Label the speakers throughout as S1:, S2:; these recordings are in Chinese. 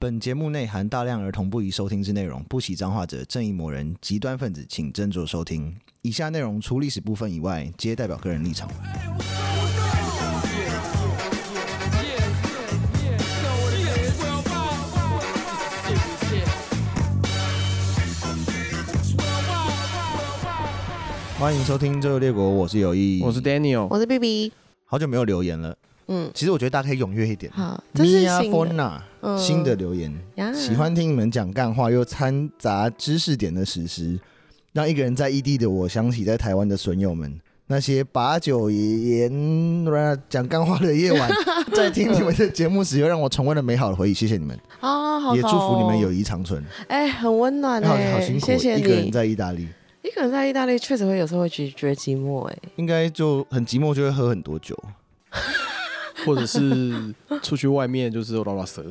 S1: 本节目内含大量儿童不宜收听之内容，不喜脏话者、正义魔人、极端分子，请斟酌收听。以下内容除历史部分以外，皆代表个人立场。欢迎收听《周游列国》，我是有意，
S2: 我是 Daniel，
S3: 我是 B B，
S1: 好久没有留言了。
S3: 嗯，
S1: 其实我觉得大家可以踊跃一点。
S3: 好，这是
S1: Mia
S3: 新
S1: f o
S3: 的
S1: n a
S3: 嗯
S1: 新的留言，
S3: 呀
S1: 喜欢听你们讲干话又掺杂知识点的史诗，让一个人在异地的我想起在台湾的损友们。那些把酒言呃讲干话的夜 晚，在听你们的节目时，又让我重温了美好的回忆。谢谢你们，
S3: 啊，好
S1: 也祝福你们
S3: 好哦
S1: 友谊长存。
S3: 哎，很温暖
S1: 好
S3: 哎，
S1: 好辛苦，
S3: 谢谢
S1: 一个人
S3: 你。
S1: 在意大利，
S3: 一个人在意大利确实会有时候会觉觉得寂寞哎，
S1: 应该就很寂寞，就会喝很多酒。
S2: 或者是出去外面就是拉拉 蛇，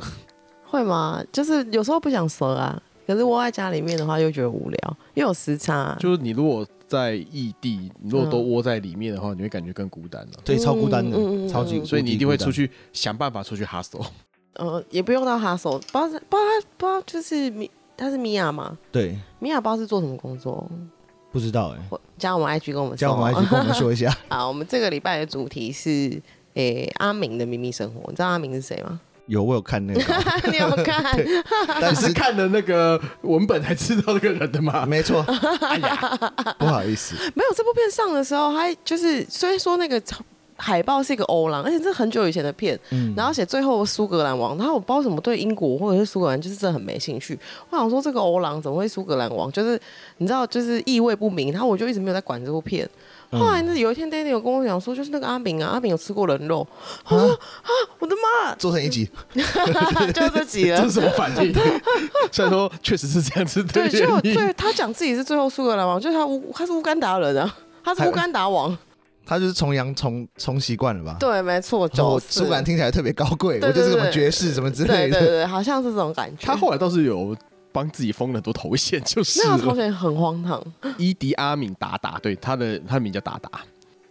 S3: 会吗？就是有时候不想折啊，可是窝在家里面的话又觉得无聊，又有时差啊，
S2: 就是你如果在异地，你如果都
S3: 嗯
S2: 窝在里面的话，你会感觉更孤单了、
S1: 对，超孤单的，
S3: 嗯嗯嗯
S1: 超级，
S3: 嗯
S2: 所以你一定会出
S1: 去。
S2: 去想办法出去 hustle，
S3: 呃，也不用到哈手，不知道是不知道他不知道就是米，他是米娅吗？
S1: 对，
S3: 米娅不知道是做什么工作，
S1: 不知道哎、
S3: 我加我们 IG 跟我们
S1: 叫我们来
S3: 说 哦
S1: 去跟我们说一下。
S3: 啊，我们这个礼拜的主题是诶、阿明的秘密生活，你知道阿明是谁吗？
S1: 有，我有看那个稿，
S3: 你有看？
S1: 但
S2: 你是
S1: 是
S2: 看了那个文本才知道这个人的吗？
S1: 没错，不好意思，
S3: 没有，这部片上的时候，他就是虽然说那个海报是一个欧郎，而且这是很久以前的片，
S1: 嗯，
S3: 然后写最后苏格兰王，然后我不知道怎么对英国或者是苏格兰就是真的很没兴趣。我想说这个欧郎怎么会苏格兰王？就是你知道，就是意味不明。然后我就一直没有在管这部片。后来呢，有一天 Danny 有跟我讲说，就是那个阿明啊，阿明有吃过人肉，
S1: 啊
S3: 我的 妈，
S1: 做成一集，
S3: 嗯就这集了
S2: 这。是什么反应？虽然说确实是这样子的
S3: 对，
S2: 原因，
S3: 就有最他讲自己是最后苏格兰王，就是他乌他是乌干达人啊，他是乌干达王。
S1: 他就是崇洋崇崇习惯了吧？
S3: 对，没错，
S1: 然后我
S3: 就是
S1: 苏格兰听起来特别高贵，
S3: 对
S1: 我就是什
S3: 对
S1: 么
S3: 对
S1: 爵士什么之
S3: 对
S1: 类
S3: 对
S1: 的。
S3: 对，好像是这种感 觉。
S2: 他后来倒是有帮自己封了很多头衔，就是
S3: 那个同
S2: 了
S3: 学很荒唐，
S2: 伊迪阿敏达达，对他的他的名叫达达，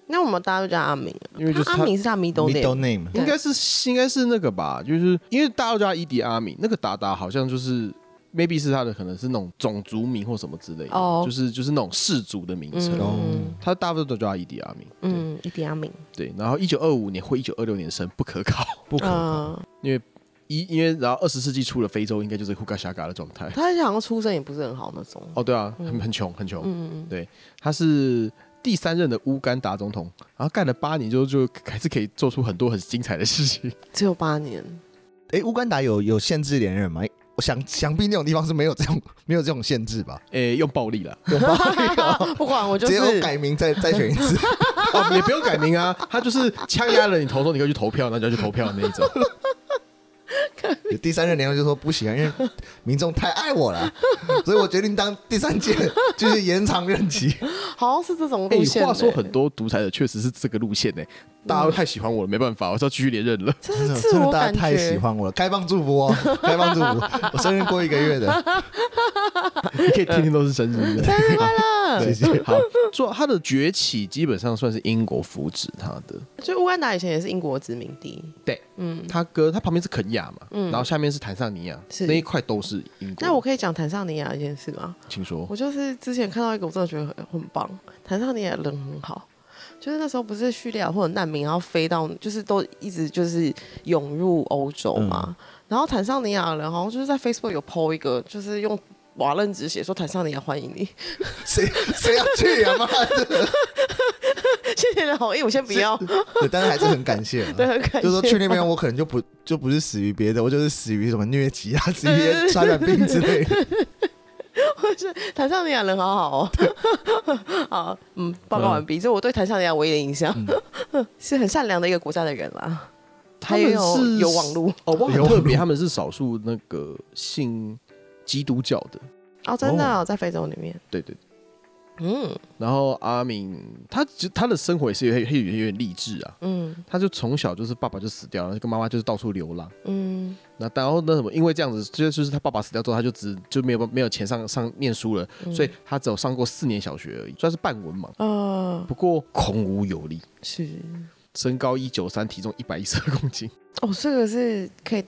S3: 那我们大家都叫阿明，啊
S2: 因为就是
S3: 他
S2: 他
S3: 阿明是他 middle
S1: Middle
S3: name，
S1: name，
S2: 应该是应该是那个吧，就是因为大家都叫他伊迪阿米，那个达达好像就是 maybe 是他的可能是那种种族名或什么之类的，
S3: 哦
S2: 就是就是那种氏族的名称。
S1: 哦
S3: 嗯
S2: 他大部分都叫他伊迪阿米，嗯，
S3: 嗯，一点阿明，
S2: 对。然后一九二五年或一九二六年生，不可考。
S1: 不可能。
S3: 嗯，
S2: 一因为然后二十世纪初的非洲应该就是呼嘎夏嘎的状 态。
S3: 他好像出身也不是很好那种，
S2: 哦，对啊，很很穷很穷。
S3: 嗯，
S2: 他是第三任的乌干达总统，然后干了八年之后就还是可以做出很多很精彩的事情。
S3: 只有八年，
S1: 哎，乌干达有有限制连任吗？诶我想想必那种地方是没有这种 没有这种限制 吧？
S2: 诶，用暴力了。
S1: 有吗有
S3: 不管我就
S1: 哦只有
S3: 是
S1: 改名再再选一 次。
S2: 哦，也不用改名啊，他就是枪压了你头说你可以去投票，那就要去投票的那一 种。
S1: 第三任连任就说不行，啊因为民众太爱我 了，啊所以我决定当第三届，就是延长任期。
S3: 好像是这种
S2: 哎、
S3: 路
S2: 你
S3: 线的。
S2: 话说很多独裁者确实是这个路线呢、大家都太喜欢我了，没办法，我是要继续连任 了。
S3: 这
S1: 真
S3: 是
S1: 的
S3: 自
S1: 真的
S3: 我
S1: 大家
S3: 感
S1: 太喜
S3: 觉，
S1: 欢我了，开放祝福哦，开放祝 福，我生日过一个月的，
S2: 你可以天天都是生 日，生日快乐
S1: 谢谢。
S2: 好，做他的崛起基本上算是英国扶植他的，
S3: 就乌干达以前也是英国殖民地，
S2: 对，
S3: 嗯，
S2: 他哥他旁边是肯亚嘛，然后下面是坦桑尼亚，
S3: 是
S2: 那一块都是英国。
S3: 那我可以讲坦桑尼亚一件事吗？
S2: 请说，
S3: 我就是之前看到一个，我真的觉得很很棒，坦桑尼亚人很好。就是那时候不是叙利亚或者难民，然后飞到就是都一直就是涌入欧洲嘛。
S1: 嗯
S3: 然后坦桑尼亚人好像就是在 Facebook 有 PO 一个，就是用瓦楞纸写说坦桑尼亚欢迎你，
S1: 谁谁要去啊？妈的！
S3: 谢谢你的好意，我先不要。
S1: 对，但是还是很感谢啊。
S3: 对，很感谢。
S1: 就是说去那边，我可能就不就不是死于别的，我就是死于什么疟疾啊，死于一些传染病之类的。
S3: 坦桑尼亚人好好哦。 好，嗯，报告完毕。这、是我对坦桑尼亚唯一的印象，
S1: 嗯
S3: 是很善良的一个国家的人啦。
S2: 他
S3: 还
S2: 们
S3: 有
S2: 是
S3: 有网路
S2: 哦，我很
S1: 有网
S2: 特别，
S1: 路
S2: 他们是少数那个信基督教的，
S3: 哦，真的哦、
S1: 哦
S3: 在非洲里面，
S2: 对对
S3: 嗯
S2: 然后阿敏，他其实他的生活也是有点有点有点励志啊。
S3: 嗯
S2: 他就从小就是爸爸就死掉了，跟妈妈就是到处流浪。
S3: 嗯。
S2: 那然后那什么，因为这样子，就就是他爸爸死掉之后，他就只就没有没有钱上上念书了，
S3: 嗯
S2: 所以他只有上过四年小学而已，算是半文盲。
S3: 呃，
S2: 不过孔武有力，
S3: 是
S2: 身高一九三，体重一百一十二公斤，
S3: 哦，这个是可以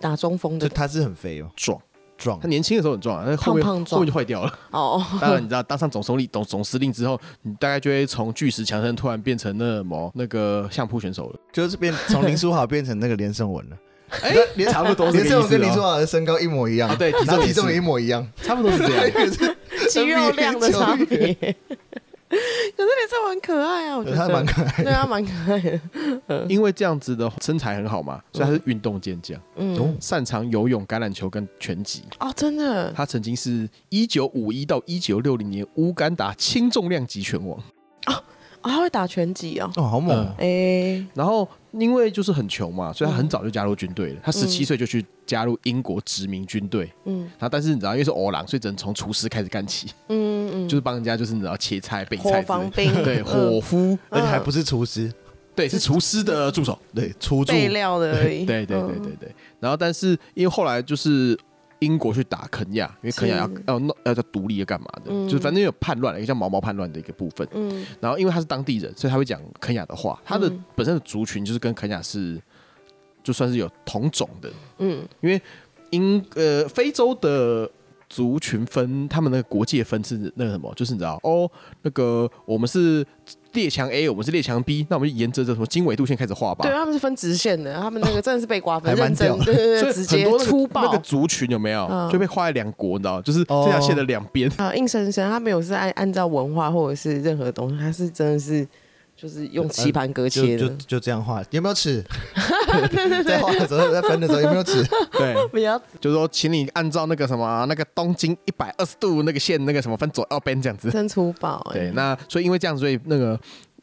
S3: 打中风
S1: 就
S3: 的
S1: 他是很肥哦，
S2: 壮，
S1: 壮
S2: 他，年轻的时候很壮啊，但是后面
S3: 胖胖壮
S2: 后面就坏掉 了。
S3: 哦，
S2: 当然，你知道当上总司令总总司令之后，你大概就会从巨石强森突然变成那么那个相扑选手了。
S1: 就是变从林书豪变成那个连胜文了。
S2: 哎，
S1: 连
S2: 差不多是
S1: 连
S2: 这个
S1: 胜文跟林
S2: 意思哦
S1: 书豪的身高一模一样
S2: 啊，对，体
S1: 然后
S2: 重
S1: 体重
S2: 也
S1: 也一
S2: 是
S1: 模一样，
S2: 差不多是这样。
S3: 肌肉量的差
S1: NBA 球员
S3: 别。 可是你这蛮可爱啊，我 觉
S1: 对
S3: 得
S1: 他蛮可爱
S3: 对
S1: 的。
S3: 啊，蛮可爱的。
S2: 因为这样子的身材很好嘛，所以他是运动健将，
S1: 哦
S3: 嗯，
S2: 擅长游泳、橄榄球跟拳击。
S3: 哦，真的，
S2: 他曾经是一九五一到一九六零年乌干达轻重量级拳王。
S3: 哦他会打拳击哦。
S1: 哦，好猛哦！
S3: 哎，
S2: 然后因为就是很穷嘛，所以他很早就加入军队
S1: 嗯
S2: 了。他十七岁就去加入英国殖民军队，
S3: 嗯
S2: 然后但是你知道，因为是欧郎，所以只能从厨师开始干起，
S3: 嗯嗯，
S2: 就是帮人家就是你知道切菜、备
S3: 火
S2: 菜之类
S3: 防
S2: 的。
S3: 兵，
S2: 对，
S3: 嗯
S2: 伙夫，
S1: 而且还不是厨师，
S2: 对，是厨师的助手。
S1: 对，出助
S3: 备料的而 已。
S2: 对对对
S3: 嗯
S2: 对对。然后，但是因为后来就是英国去打肯亚，因为肯亚要
S3: 是
S2: 要弄要要独立要干嘛的，
S3: 嗯
S2: 就是反正有叛乱，一个叫毛毛叛乱的一个部分。
S3: 嗯
S2: 然后，因为他是当地人，所以他会讲肯亚的话。他的
S3: 嗯
S2: 本身的族群就是跟肯亚是就算是有同种的，
S3: 嗯
S2: 英呃非洲的族群分，他们那个国界分是那个什么，就是你知道哦，那个我们是列强 A，我们是列强 B，那我们就沿着这什么经纬度线开始画吧
S3: 对，。他啊们是分直线的，他们那个真的是被瓜分，
S1: 还蛮
S3: 认真
S1: 屌，的
S3: 对对
S2: 所以
S3: 对，直
S2: 很
S3: 接
S2: 多那
S3: 粗
S2: 个那
S3: 暴
S2: 个族群有没有、
S3: 嗯
S2: 就被划在两国，你知道，就是
S1: 哦
S2: 这条线的两 边。
S3: 啊，硬生生，他没有是按按照文化或者是任何东西，他是真的是就是用棋盘格
S1: 就
S3: 切
S1: 就
S3: 的，
S1: 就这样画，有没有尺？在画的时候，在分的时候有没有尺？
S2: 对，
S3: 比较
S2: 就是说，请你按照那个什么那个东经一百二十度那个线那个什么分左右边这样子。
S3: 真粗暴哎、
S2: 对，那所以因为这样，所以那个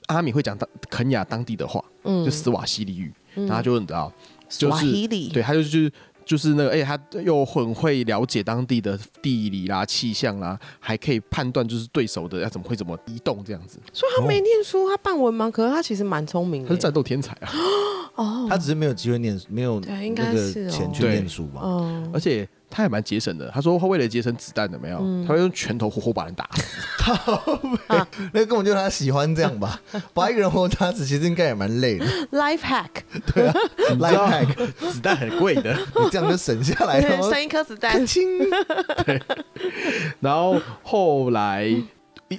S2: 阿米会讲当肯亚当地的话，
S3: 嗯
S2: 就斯瓦西里语，
S3: 嗯
S2: 然后他就你知道。就是
S3: 瓦希里
S2: 对，他就是就是那个，而且他又很会了解当地的地理啦、气象啦，还可以判断就是对手的要怎么会怎么移动这样子。
S3: 所以他没念书，他半文盲，可是他其实蛮聪明
S2: 他是
S3: 的、
S2: 战斗天才啊，
S3: 哦，
S1: 他只是没有机会念，没有
S3: 对
S1: 那
S3: 应该
S1: 个
S3: 是哦
S1: 钱去
S2: 对
S1: 念书吧？
S3: 哦，
S2: 而且他也蛮节省的。他说他为了节省子弹，有没有？
S3: 嗯
S2: 他会用拳头活活把人打 死。
S1: 那根本就是他喜欢这样 吧？把一个人活打死，其实应该也蛮累的。
S3: life hack，
S1: l i f e hack，
S2: 子弹很贵的。
S1: 你这样就省下 来
S3: 对，
S1: 了。
S3: 生一颗子弹，
S2: 然后后来。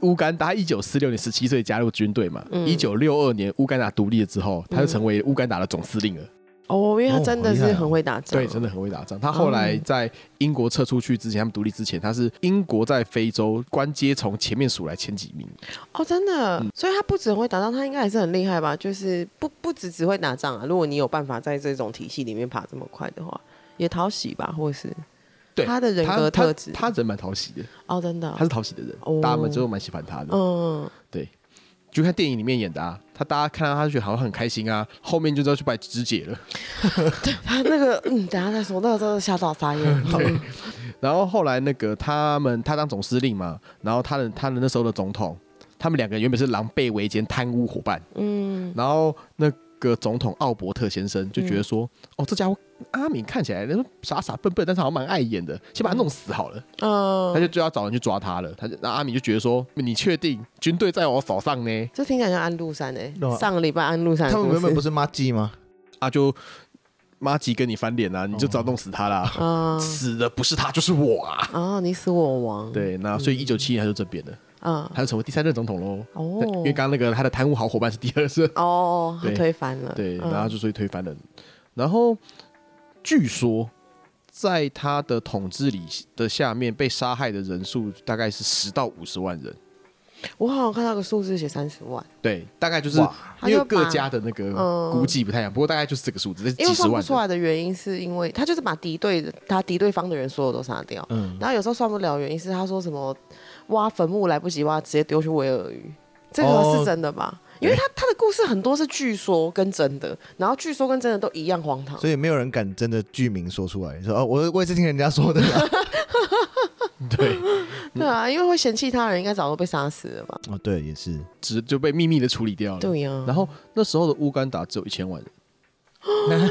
S2: 乌干达一九四六年十七岁加入军队嘛，
S3: 嗯
S2: 一九六二年乌干达独立了之后，他就成为乌干达的总司令了。
S3: 哦，因为他
S1: 哦
S3: 真的
S1: 好厉
S3: 是
S1: 害哦
S3: 很会打仗，
S2: 对，真的很会打仗。
S3: 哦
S2: 他后来在英国撤出去之前，他们独立之前，他是英国在非洲官阶从前面数来前几名。
S3: 哦，真的，
S2: 嗯
S3: 所以他不只很会打仗，他应该也是很厉害吧？就是不不只只会打仗啊，如果你有办法在这种体系里面爬这么快的话，也讨喜吧，或是
S2: 对，
S3: 他的人格特质
S2: 他他人蛮讨喜的，
S3: 哦，真的哦、
S2: 他是讨喜的人，
S3: 哦
S2: 大家们就蛮喜欢他的。
S3: 嗯，
S2: 对，就看电影里面演的啊，他大家看到他就觉得好像很开心啊，后面就知道去拜肢解了。
S3: 他那个，嗯，等一下再说，那个真的吓到傻眼。 嗯
S2: 然后后来那个他们他当总司令嘛，然后他的他的那时候的总统，他们两个原本是狼狈为奸、贪污伙伴，
S3: 嗯，
S2: 然后那个总统奥伯特先生就觉得说，哦，这家伙阿敏看起来傻傻笨笨，但是好像蛮碍眼的，先把他弄死好了。
S3: 嗯
S2: 他就就要找人去抓他了。他就那阿敏就觉得说，嗯你确定军队在我手上呢？
S3: 这听起来像安禄山诶、
S1: 对啊
S3: 上个礼拜安禄山的
S1: 他们
S3: 故
S1: 原本
S3: 事
S1: 不是妈鸡吗？
S4: 嗯
S2: 啊，就妈吉跟你翻脸啊，你
S3: 哦
S2: 就早弄死他啦。
S3: 啊
S2: 死的不是他就是我啊！
S3: 啊，你死我亡，
S2: 对，那所以一九七年他就这边了，
S3: 啊
S2: 他就成为第三任总统喽。
S3: 哦
S2: 因为刚刚那个他的贪污好伙伴是第二任，
S3: 哦，他
S2: 对
S3: 推翻了，
S2: 对，
S3: 嗯
S2: 然后就所以推翻了。然后据说，在他的统治里的下面，被杀害的人数大概是十到五十万人。
S3: 我好像看到个数字写三十万，
S2: 对，大概就是
S1: 哇
S2: 因为
S3: 他就把
S2: 各家的那个
S3: 嗯
S2: 估计不太一样，哎不过大啊概就是这个数字，几
S3: 因为
S2: 十
S3: 算不
S2: 万
S3: 出
S2: 人。
S3: 来的原因是因为他就是把敌对的他敌对方的人所有都杀掉，
S1: 嗯，
S3: 然后有时候算不了原因是他说什么挖坟墓来不及挖，直接丢去喂鳄鱼，这个
S1: 哦
S3: 是真的吧？因为他他的故事很多是据说跟真的，然后据说跟真的都一样荒唐。
S1: 所以没有人敢真的剧名说出来，说哦，我我也是听人家说的 啦。
S2: 对，
S3: 对啊，因为会嫌弃他的人应该早都被杀死了吧？
S1: 哦，对，也是，
S2: 只就被秘密的处理掉了。
S3: 对啊呀、
S2: 然后那时候的乌干达只有一千万人，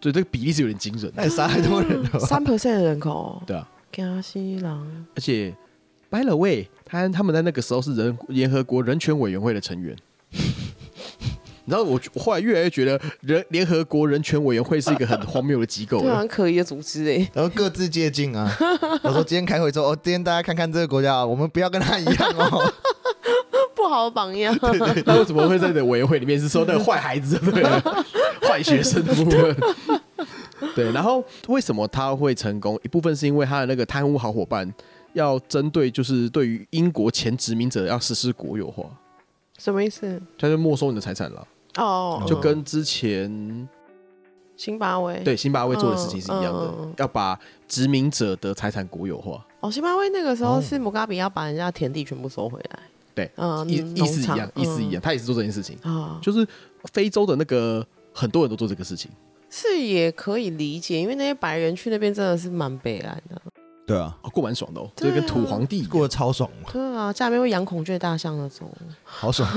S2: 对，这个比例是有点惊人
S1: 那
S2: 的。
S1: 也杀太多人 了吧？
S3: 三 percent 的人口，
S2: 对啊，
S3: 加西郎
S2: 而且 by the way，他他们在那个时候是人联合国人权委员会的成员。你知道我我后来越来越觉得人联合国人权委员会是一个很荒谬的机构
S3: 对啊，
S2: 了。
S3: 很可疑的组织哎、
S1: 然后各自借镜啊。我说今天开会说，哦，今天大家看看这个国家啊，我们不要跟他一样哦。
S3: 不好的榜样。
S2: 那为什么会在这委员会里面是说那个坏孩子对了坏学生的部分？对，然后为什么他会成功？一部分是因为他的那个贪污好伙伴要针对，就是对于英国前殖民者要实施国有化，
S3: 什么意思？
S2: 他就没收你的财产了，
S3: 哦，
S2: 就跟之前
S3: 津巴威
S2: 对辛巴威做的事情是一样
S3: 嗯嗯
S2: 的
S3: 嗯，
S2: 要把殖民者的财产国有化，
S3: 哦，津巴威那个时
S1: 哦
S3: 候是姆嘎比要把人家田地全部收回来。
S2: 对
S3: 嗯，
S2: 意意思一
S3: 农
S2: 样
S3: 场，
S2: 意思一样，他也是做这件事情，
S3: 嗯啊，
S2: 就是非洲的那个很多人都做这个事情。
S3: 是也可以理解，因为那些白人去那边真的是蛮北蓝的。
S4: 对啊，
S2: 哦，过蛮爽的哦，就
S3: 对
S2: 是
S3: 啊
S2: 跟土皇帝一样
S4: 过得超爽嘛，
S3: 对啊，下面会养孔雀大象那种。
S4: 好 爽。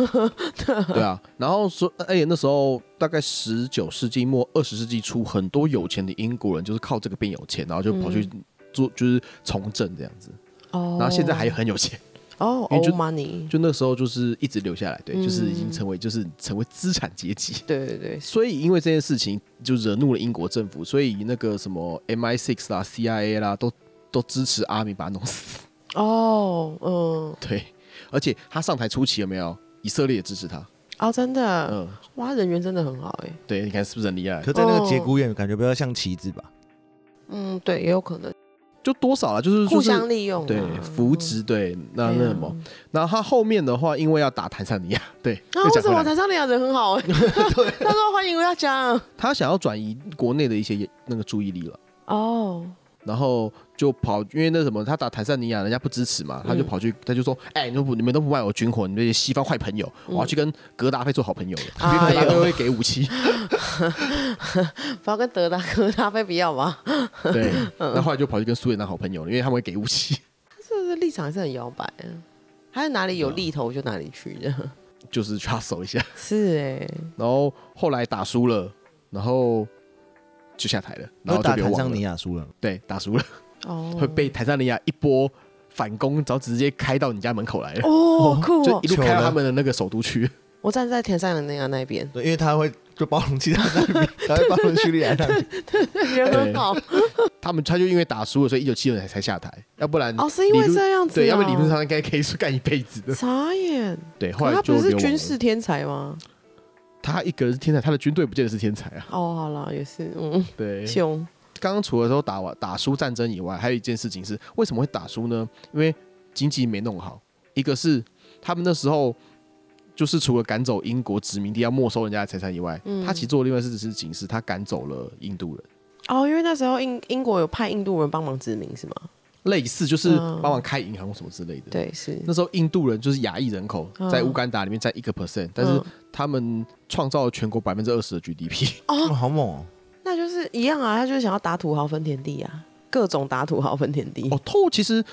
S2: 对啊。然后说，哎、那时候大概十九世纪末二十世纪初，很多有钱的英国人就是靠这个变有钱，然后就跑去做、就是从政这样子。
S3: 嗯哦，
S2: 然后现在还很有 钱，
S3: 哦
S2: 因为
S3: ，old
S2: 就
S3: money，
S2: 就那时候就是一直留下来，对，
S3: 嗯
S2: 就是已经成为就是成为资产阶级。
S3: 对对对，
S2: 所以因为这件事情就惹怒了英国政府，所以那个什么 MI6 啦、CIA 啦都都支持阿明把他弄死。
S3: 哦，嗯，
S2: 对，而且他上台初期有没有以色列也支持他？
S3: 哦，真的，
S2: 嗯，
S3: 哇，人缘真的很好哎。
S2: 对，你看是不是很厉害？
S4: 可在那
S1: 哦
S4: 个节骨眼，感觉比较像棋子吧？
S3: 嗯，对，也有可能
S2: 就多少啦，就是
S3: 互
S2: 就是
S3: 相利用啊，
S2: 对扶植对那那
S3: 嗯。对啊
S2: 什么，然后他后面的话，因为要打坦桑尼亚， 对，
S3: 啊
S2: 又，
S3: 为
S2: 讲
S3: 什
S2: 回
S3: 么
S2: 来，
S3: 台上的人 很 好哎？他说欢迎大家。啊
S2: 他想要转移国内的一些那个注意力了。
S3: 哦，
S2: 然后就跑，因为那什么，他打坦桑尼亚，人家不支持嘛，
S3: 嗯
S2: 他就跑去，他就说：“哎、你们不，你们都不卖我军火，你们这些西方坏朋友，
S3: 嗯
S2: 我要去跟格达费做好朋 友了，因为
S3: 哎
S2: 格达费会给武器。
S3: 不要跟德达哥咖啡比较吧，
S2: 对，那后来就跑去跟苏联当好朋友了，因为他们会给武器，
S3: 这个立场还是很摇摆啊。还有哪里有利头就哪里去的，
S2: 就是去 hustle 一下。
S3: 是哎，
S2: 然后后来打输了，然后就下台了，
S4: 然
S2: 然后
S4: 后
S2: 就
S4: 打
S2: 被
S4: 坦
S2: 忘
S4: 桑
S2: 了
S4: 尼。亚输了，
S2: 对，打输了、
S3: 哦，
S2: 会被坦桑尼亚一波反攻，然后直接开到你家门口来了，
S3: 哦 酷
S2: 就
S3: 哦
S2: 一，路开
S4: 糗
S2: 到
S4: 了
S2: 他们的那个首都去。
S3: 我站在田上那样那 边，
S4: 对，因为他会就包容其他难民， 他会包容叙利亚难民。
S3: 人很好
S2: 他们他就因为打输了，所以一九七六年才下台，要不然
S3: 哦，是因为
S2: 理论
S3: 这样子哦，
S2: 对，要不然理论上应该可以说干一辈子的。
S3: 傻眼，
S2: 对，后
S3: 可
S2: 来
S3: 他
S2: 就
S3: 不是
S2: 流亡
S3: 军
S2: 了
S3: 事，天才吗？
S2: 他一个人是天才，他的军队不见得是天才啊。
S3: 哦，好了，也是，嗯，
S2: 对，
S3: 凶，
S2: 刚刚除了说打完打输战争以外，还有一件事情是为什么会打输呢？因为经济没弄好，一个是他们那时候就是除了赶走英国殖民地要没收人家的财产以外，
S3: 嗯
S2: 他其实做了另外一件事情是他赶走了印度人，
S3: 哦，因为那时候英英国有派印度人帮忙殖民是吗？
S2: 类似就是
S3: 嗯
S2: 帮忙开银行或什么之类的。
S3: 对，是，
S2: 那时候印度人就是亚裔人口
S3: 嗯
S2: 在乌干达里面占一个 percent，但是
S3: 嗯
S2: 他们创造了全国百分之二十的 GDP。
S4: 哇，好猛哦！
S3: 那就是一样啊，他就是想要打土豪分田地啊，各种打土豪分田地。
S2: 哦，呃透其实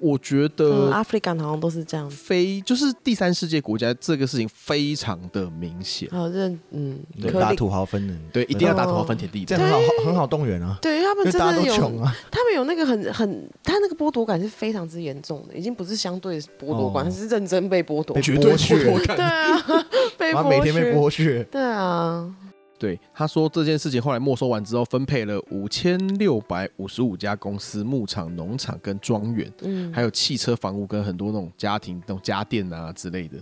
S2: 我觉
S3: 嗯，
S2: 得
S3: 阿富汗好像都是这样子，
S2: 非就是第三世界国家这个事情非常的明显。
S3: 好认嗯，
S4: 对，
S3: 可
S4: 打
S3: 以
S4: 土豪分人，
S2: 对，一定要打土豪分田地
S4: 这
S2: 的。
S4: 样很好，很好动员啊，
S3: 对，因为他们
S4: 因为
S3: 真
S4: 大家
S3: 的
S4: 都
S3: 有，
S4: 穷啊。
S3: 他们有那个很很，他那个剥夺感是非常之严重的，已经不是相对剥夺感，
S4: 哦
S3: 他是认真被剥夺
S4: 被。
S2: 绝对
S4: 剥削
S2: 剥夺感
S3: 对啊，被
S4: 然
S3: 剥
S4: 后
S3: 削。
S4: 每天被剥削，
S3: 对啊，
S2: 对，他说这件事情后来没收完之后，分配了五千六百五十五家公司、牧场、农场跟庄园，
S3: 嗯
S2: 还有汽车、房屋跟很多那种家庭、那种家电啊之类的。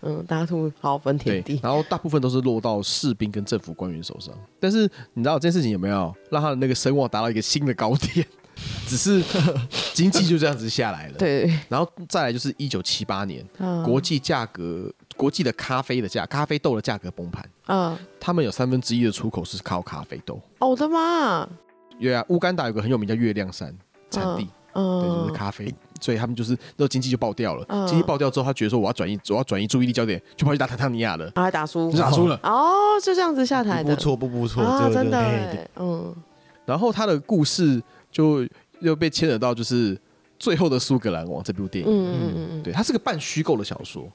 S3: 嗯，打土豪分田
S2: 对
S3: 地，。
S2: 然后大部分都是落到士兵跟政府官员手上。但是你知道这件事情有没有让他的那个声望达到一个新的高点？只是经济就这样子下来了。，
S3: 对，
S2: 然后再来就是一九七八年，
S3: 啊
S2: 国际价格、国际的咖啡的价、咖啡豆的价格崩盘，
S3: 啊，
S2: 他们有三分之一的出口是靠咖啡豆。
S3: 哦我的妈，
S2: 对啊，乌干达有个很有名叫月亮山产地，对，就
S3: 嗯
S2: 是，咖啡，所以他们就是那经济就爆掉了。
S3: 嗯
S2: 经济爆掉之后，他觉得说我要转移，我要转移注意力焦点，就跑去打坦桑尼亚了，
S3: 啊，还打输
S2: 就，打输了。
S3: 哦，就这样子下台
S4: 不
S3: 的，
S4: 错，不不错，
S3: 啊，
S4: 这个哎
S3: 真的
S4: 嘿
S3: 欸，嗯，
S2: 然后他的故事就又被牵扯到就是《最后的苏格兰王》这部电影。
S3: 嗯嗯嗯嗯，
S2: 对，它是个半虚构的小说，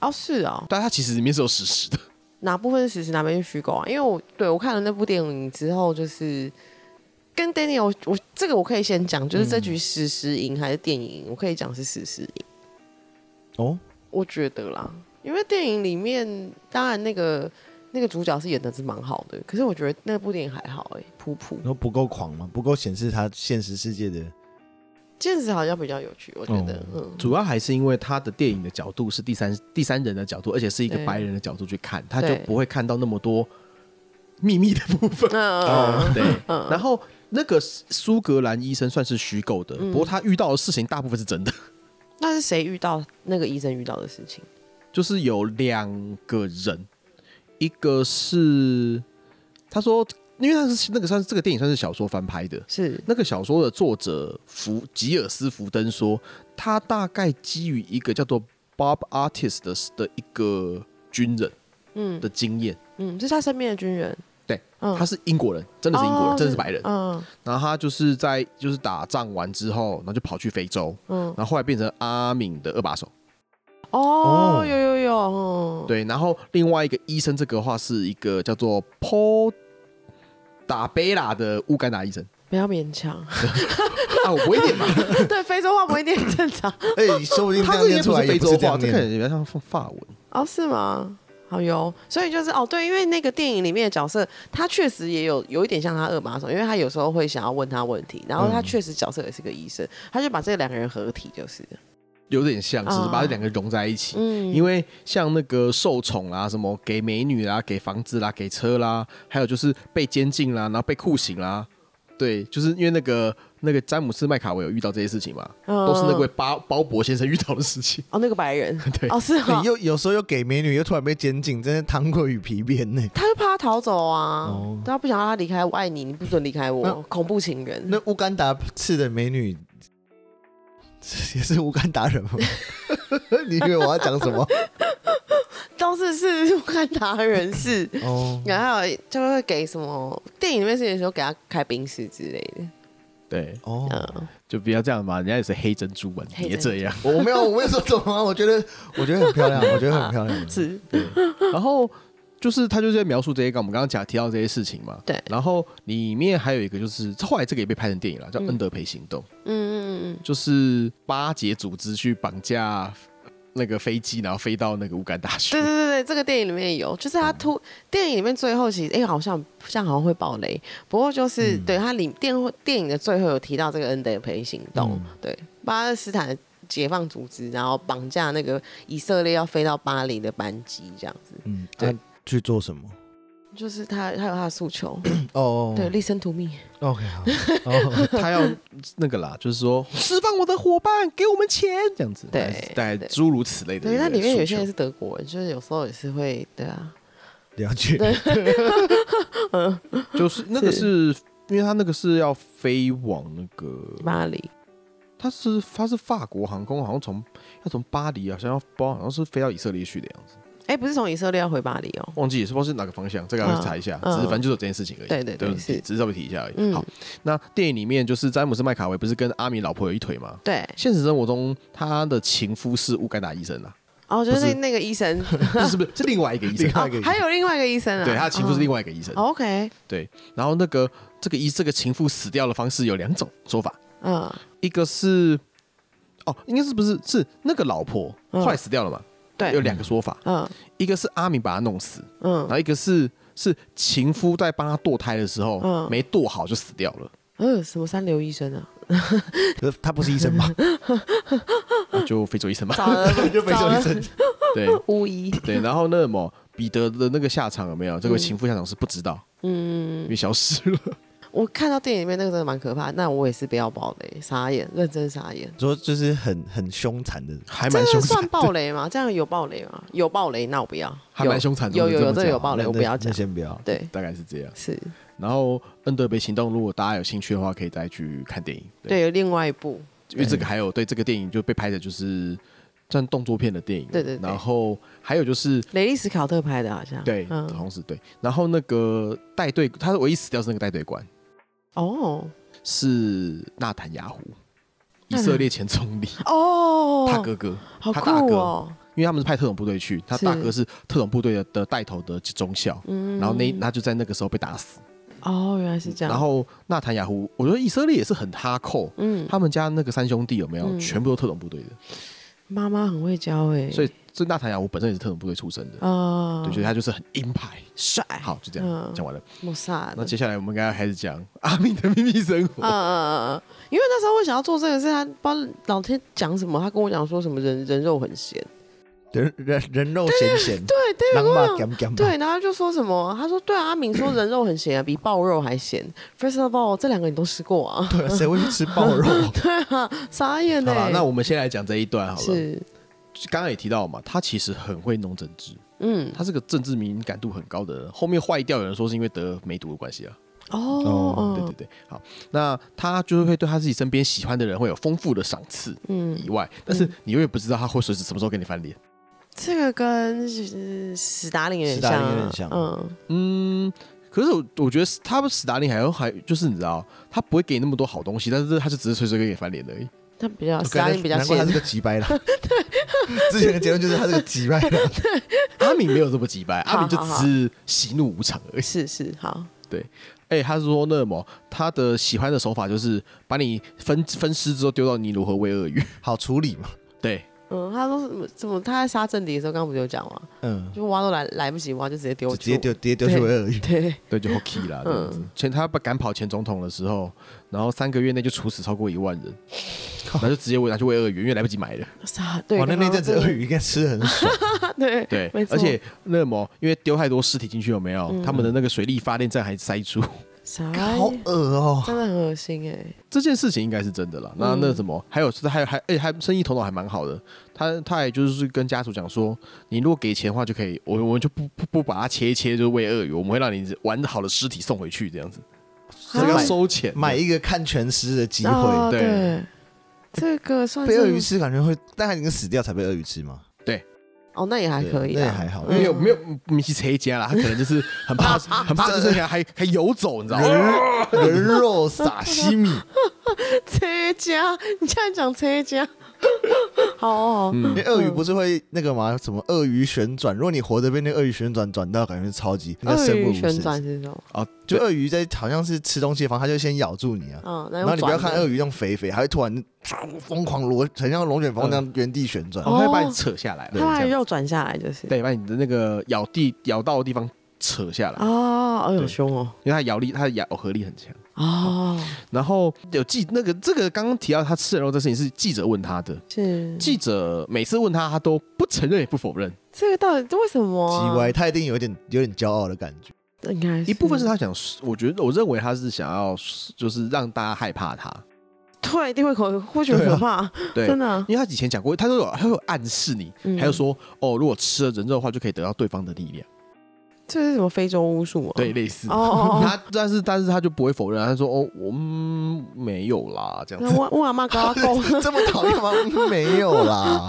S3: 哦是哦，
S2: 但它其实里面是有史实的。
S3: 哪部分是史实，哪边是虚构啊？因为我对我看了那部电影之后，就是跟 Daniel，我我这个我可以先讲，就是这
S2: 嗯
S3: 局史实赢还是电影赢，我可以讲是史实赢，
S4: 哦，
S3: 我觉得啦，因为电影里面当然那个那个主角是演的是蛮好的，可是我觉得那部电影还好哎、普普
S2: 嗯
S1: 然。后不够狂嘛，不够显示他现实世 界的
S3: 现实好像比较有趣，我觉得，嗯，
S2: 主要还是因为他的电影的角度是第三第三人的角度，而且是一个
S3: 对
S2: 白人的角度去看，他就
S3: 对
S2: 不会看到那么多秘密的部分。
S3: 那
S2: 对，然后那个苏格兰医生算是虚构的，不过他遇到的事情大部分是真的，
S3: 那是谁遇到那个医生遇到的事情？
S2: 就是有两个人，一个是他说，因为他是那个算是这个电影算是小说翻拍的，
S3: 是
S2: 那个小说的作者福吉尔斯福登说，他大概基于一个叫做 Bob Artist 的的一个军人，嗯的经验，
S3: 嗯，是他身边的军人，
S2: 对，
S3: 嗯
S2: 他是英国人，真的是英国人，
S3: 哦
S2: 真的是白人，
S3: 嗯
S2: 然后他就是在就是打仗完之后，然后就跑去非洲，
S3: 嗯，
S2: 然后后来变成阿敏的二把手，
S3: 哦，有有有，嗯，
S2: 对，然后另外一个医生这个的话是一个叫做 Paul。达贝拉的乌干达医生
S3: 不要勉强，
S2: 啊，我不会 念嘛，
S3: 对，非洲话不会念正常，
S1: 哎、说不定这
S2: 他
S1: 样
S2: 这应
S1: 念
S2: 该
S1: 出
S2: 不
S1: 来
S2: 是非
S1: 也
S2: 洲
S1: 不是这
S2: 话，
S1: 样
S2: 这
S1: 念
S2: 可
S1: 的。
S2: 能比较像法文。
S3: 哦，是吗？好有，所以就是哦，对，因为那个电影里面的角色，他确实也有有一点像他二马手，因为他有时候会想要问他问题，然后他确实角色也是个医生，他就把这两个人合体，就是，
S2: 有点像，只是把
S3: 哦
S2: 这两个融在一起。
S3: 嗯
S2: 因为像那个受宠啦，什么给美女啦、给房子啦、给车啦，还有就是被监禁啦，然后被酷刑啦，对，就是因为那个那个詹姆斯麦卡维有遇到这些事情嘛，
S3: 嗯
S2: 都是那位包包伯先生遇到的事情。 ，
S3: 哦，那个白 人
S2: 对
S3: 哦，是哈
S1: 你，又有时候又给美女，又突然被监禁，真的糖果与皮鞭呢、
S3: 他就怕他逃走啊，对他不想让他离开，我爱你，你不准离开
S1: 那
S3: 我，恐怖情人。
S1: 那乌干达刺的美女也是乌干达人吗？ 你以为我要讲什 么？
S3: 都是是乌 干达人士，
S1: 哦，
S3: 然后就会给什么电影里面是有时候给他开冰室之类的，
S2: 对，
S1: 哦，
S3: 嗯，
S2: 就不要这样嘛，人家也是黑珍珠嘛，你
S3: 黑
S2: 别
S3: 珍珠
S2: 这样。
S1: 我没有，我没有说什么啊，我觉得，我觉得很漂 亮，我觉得很漂亮。
S3: 是
S2: 然后就是他就是在描述这些，我们刚刚讲提到这些事情嘛。
S3: 对
S2: 然后里面还有一个就是后来这个也被拍成电影了，叫《恩德培行动》。
S3: 嗯嗯嗯
S2: 就是巴结组织去绑架那个飞机，然后飞到那个乌干达去
S3: 对对。对对，这个电影里面有，就是他突电影里面最后其实哎、好像像好像会爆雷，不过就是、对他里电电影的最后有提到这个恩德培行动，对巴勒斯坦的解放组织，然后绑架那个以色列要飞到巴黎的班机这样子，
S1: 嗯，
S3: 对
S1: 啊去做什么？
S3: 就是他他有他的诉求，
S1: 哦，
S3: 对，listen to me，
S1: ，OK，好， 哦，
S2: 他要那个啦，就是说释放我的伙伴，给我们钱，这样子，
S3: 对
S2: 大概是大概
S3: 对
S2: 诸如此类的一
S3: 对，
S2: 个诉求。
S3: 那里面有些人是德国人，就是有时候也是会，对啊，
S1: 了解。
S2: 就是那个是因为他那个是要飞往那个，
S3: 巴黎，
S2: 他是他是法国航空，好像从要从巴黎啊好像要包，好像是飞到以色列去的样子，
S3: 哎，不是从以色列要回巴黎哦，
S2: 忘记也是不知道是哪个方向，这个要去查一下。
S3: 嗯
S2: 只是反正就是有这件事情而已。
S3: 对对对
S2: 就是
S3: 是
S2: 只是稍微提一下而已。
S3: 嗯
S2: 好，那电影里面就是詹姆斯麦卡维不是跟阿米老婆有一腿吗？
S3: 对，
S2: 现实生活中，他的情夫是乌干达医生啊，
S3: 然哦后就是
S2: 不
S3: 那
S2: 是
S3: 那个 医生，哦
S2: 不是不是是另外一个医生
S1: 另，外一个
S3: 还有另外一个医生啊，
S2: 对，他的情夫是另外一个医生。
S3: 哦，OK，
S2: 对，然后那个这个医这个情夫死掉的方式有两种说法，
S3: 嗯，
S2: 一个是哦，应该是不是是那个老婆
S3: 嗯
S2: 后来死掉了嘛？有
S3: 对，
S2: 两个说法，
S3: 嗯
S2: 一个是阿明把他弄死，然
S3: 嗯
S2: 后一个是是情夫在帮他堕胎的时候
S3: 嗯
S2: 没堕好就死掉了，
S3: 嗯，什么三流医生啊，
S1: 可是他不是医生吧？
S2: 那就非洲医生嘛。
S3: 找了
S1: 就非
S3: 找
S1: 洲医
S3: 了
S1: 生。
S2: 对
S3: 巫医，
S2: 对，然后那么彼得的那个下场有没有？这个情夫下场是不知道，因
S3: 嗯，
S2: 为消失了。
S3: 我看到电影里面那个真的蛮可怕，那我也是不要爆雷，傻眼，认真傻眼。
S1: 说就是很很凶残的，
S2: 还
S3: 这
S2: 蛮
S3: 个
S2: 凶残
S3: 算，暴雷吗？这样有暴雷吗？有暴雷，那我不要。
S2: 还蛮凶残的。
S3: 有有
S2: 我
S3: 有，
S2: 们这么
S3: 这个有
S2: 讲
S3: 暴雷，
S1: 那
S3: 我不要
S1: 那
S3: 讲
S1: 那。先不要。
S3: 对，
S2: 大概是这样。
S3: 是，
S2: 然后《恩德培行动》，如果大家有兴趣的话，可以再去看电影。
S3: 对，，有另外一部，
S2: 因为这个还有对这个电影就被拍的就是算动作片的电影。
S3: 对对对
S2: 然后还有就是
S3: 雷利·斯考特拍的，好像。
S2: 对，
S3: 嗯，
S2: 同时对，然后那个带队，他唯一死掉是那个带队官，
S3: 哦，
S2: 是纳坦雅胡，以色列前总理
S3: 哦，
S2: 他哥哥，
S3: 好
S2: 他
S3: 酷
S2: 大哥
S3: 哦，
S2: 因为他们是派特种部队去，他
S3: 是
S2: 大哥是特种部队的的带头的中校，
S3: 嗯
S2: 然后那他就在那个时候被打死。
S3: 哦，原来是这样，
S2: 嗯然后纳坦雅胡，我觉得以色列也是很哈扣，
S3: 嗯
S2: 他们家那个三兄弟有没有、
S3: 嗯
S2: 全部都特种部队的？
S3: 妈妈很会教哎、
S2: 所以这纳塔雅我本身也是特种部队出身的，
S3: 啊，
S2: 对，就是他就是很鹰派。
S3: 帅，
S2: 好，就这样
S3: 嗯
S2: 讲完了。
S3: 莫萨
S2: 那
S3: 的，
S2: 接下来我们应该要开始讲阿明的秘密生
S3: 嗯
S2: 活。
S3: 嗯嗯嗯，因为那时候我想要做这个事，他不知道老天讲什么，他跟我讲说什么人人肉很咸，
S1: 人人人肉咸咸，
S3: 对对，
S1: 狼
S3: 我
S1: 马
S3: 讲
S1: 咸咸，
S3: 对，然后他就说什么？他说对啊，阿敏说人肉很咸啊，比爆肉还咸。First of all，这两个你都吃过啊？
S1: 对，谁会去吃爆肉？
S3: 对啊，傻眼呢、
S2: 好了，
S3: 欸。
S2: 那我们先来讲这一段好了。
S3: 是，
S2: 刚刚也提到嘛，他其实很会弄政治，
S3: 嗯，
S2: 他是个政治敏感度很高的人。后面坏掉有人说是因为得梅毒的关系啊。
S3: 哦，
S2: 对对对，好，那他就是会对他自己身边喜欢的人会有丰富的赏赐
S3: 嗯，
S2: 以
S3: 嗯，
S2: 外，但是你永远不知道他会随时什么时候跟你翻脸。
S3: 这个跟呃史达林有点
S1: 史达
S3: 像
S1: 林
S3: 啊，
S1: 有点像
S3: 嗯，
S2: 嗯，可是我我觉得他们史达林还有还就是你知道，他不会给你那么多好东西，但是他就只是随随便给你翻脸而已。
S3: 他比较史达
S1: 难
S3: 林比较
S1: 难怪他
S3: 咸
S1: 是，个急掰狼。之前的结论就是他是个急掰狼。
S2: 阿敏没有这么几掰，阿敏就
S3: 好好
S2: 只
S3: 好
S2: 是喜怒无常而已。
S3: 是是好，
S2: 哎、他说那么他的喜欢的手法就是把你分分尸之后丢到泥如何喂鳄鱼。
S1: 好处理嘛，
S2: 对，
S3: 嗯，他说什么？怎么他在杀政敌的时候，刚刚不就讲嘛，
S1: 嗯，
S3: 就挖都来来不及挖，就直接丢
S1: 直
S3: 去，
S1: 接丢，直接丢去喂鳄鱼。
S3: 对，
S2: 对，就 hockey 啦。
S3: 嗯
S2: 这样子前他把赶跑前总统的时候，然后三个月内就处死超过一万 人，然后就直接喂拿去喂鳄鱼，因为来不及买了。
S3: 傻对，
S1: 哇，那那阵子鳄
S3: 对
S1: 鱼应该吃得很爽，
S3: 对
S2: 对
S3: 没，错，
S2: 而且那么因为丢太多尸体进去有没有？
S3: 嗯
S2: 他们的那个水力发电站还塞住，
S3: 傻
S1: 好
S3: 眼，
S1: 恶哦。
S3: 哎真的很恶心哎，
S2: 这件事情应该是真的啦。那
S3: 嗯
S2: 那什么，还有是还有还而且还生意头脑还蛮好的，他他也就是跟家属讲说，你如果给钱的话就可以，我我们就不不不把它切一切，就是喂鳄鱼，我们会让你完好的尸体送回去这样子，这
S3: 啊
S1: 个
S2: 要
S1: 买
S2: 收钱的
S1: 买一个看全尸的机
S3: 哦
S1: 会，
S2: 对
S3: 对，这个 算
S1: 被
S3: 是
S1: 鳄鱼吃感觉会，但它已经死掉才被鳄鱼吃 嘛。
S3: 哦，那也还可以
S1: 对
S3: 啦，
S1: 那也还好
S2: 没有
S3: 嗯
S2: 没有，米奇谁家啦，他可能就是很怕很怕，就是还还游走，你知道吗？啊
S1: 人人肉撒西米，
S3: 车家，你现在讲车家， 好哦，好
S1: 因为哎鳄鱼不是会那个嘛，什么鳄鱼旋转？如果你活着被那个鳄鱼旋转转到，感觉超级那
S3: 鳄
S1: 生不如
S3: 鱼旋
S1: 死。
S3: 转是什么？
S2: 啊，
S1: 就鳄鱼在好像是吃东西的方向，它就先咬住你啊。
S3: 嗯，
S1: 然后你不要看鳄
S3: 鱼，
S1: 鱼那种肥肥，还会突然疯狂螺，很像龙卷风那样原地旋转。
S3: 哦
S2: 他会把你扯下来了，
S3: 它把
S2: 这
S3: 你
S2: 样
S3: 肉转下来就是。
S2: 对，把你的那个咬地咬到的地方扯下来，
S3: 哦，哎呦
S2: 对
S3: 凶哦，
S2: 因为它咬力它的咬合力很强。
S3: 哦，
S2: 然后有记那个这个刚刚提到他吃人肉这事情是记者问他的，
S3: 嗯是
S2: 记者每次问他，他都不承认也不否认。
S3: 这个到底为什么
S1: 叽
S3: 啊？
S1: 歪，他一定有点有点骄傲的感觉。
S3: 应该
S2: 一部分是他想，我觉得我认为他是想要就是让大家害怕他，
S3: 对，一定会可会觉得
S1: 对啊
S3: 可怕，
S2: 对，
S3: 真的啊。
S2: 因为他以前讲过，他都有他会有暗示你，
S3: 嗯
S2: 还有说哦，如果吃了人肉的话，就可以得到对方的力量，
S3: 这是什么非洲巫术吗？
S2: 对，，类似。
S3: 哦哦哦，
S2: 他但是但是他就不会否认啊，他说哦，我、嗯、没有啦，这样
S3: 那
S2: 子，
S3: 我我阿妈跟我 讲，
S1: 这么讨厌吗？嗯没有啦，
S3: 哦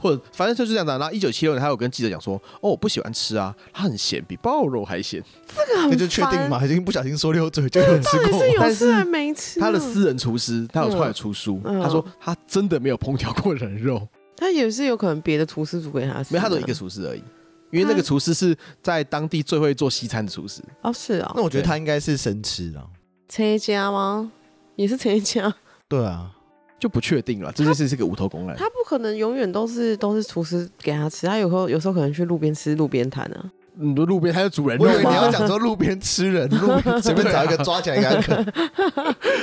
S2: 或者反正就是这样子啊、然后一九七六年，他有跟记者讲说，哦，我不喜欢吃啊，它很咸，比爆肉还咸。
S3: 这个很
S1: 那就确定嘛，已经不小心说溜嘴就有吃
S3: 烦，
S1: 过
S3: 到底是
S1: 嘛。
S3: 有吃还没吃啊？
S2: 哦他的私人厨师，他有
S3: 嗯
S2: 出来出书，
S3: 嗯
S2: 他说他真的没有烹调过人肉，
S3: 他也是有可能别的厨师煮给他吃的，
S2: 没有，他只有一个厨师而已。因为那个厨师是在当地最会做西餐的厨师，
S3: 哦，是啊
S1: 那，我觉得他应该是生吃啊了。
S3: 陈家吗？也是陈家，
S1: 对啊，
S2: 就不确定了。这件事是个无头公案，
S3: 他不可能永远都是都是厨师给他吃，他有时候有时候可能去路边吃路边摊 啊，
S2: 你嗯说路边他是主人肉
S1: 我以为你要
S2: 吗？
S1: 讲说路边吃人，路边随便找一个抓起来给他 啃，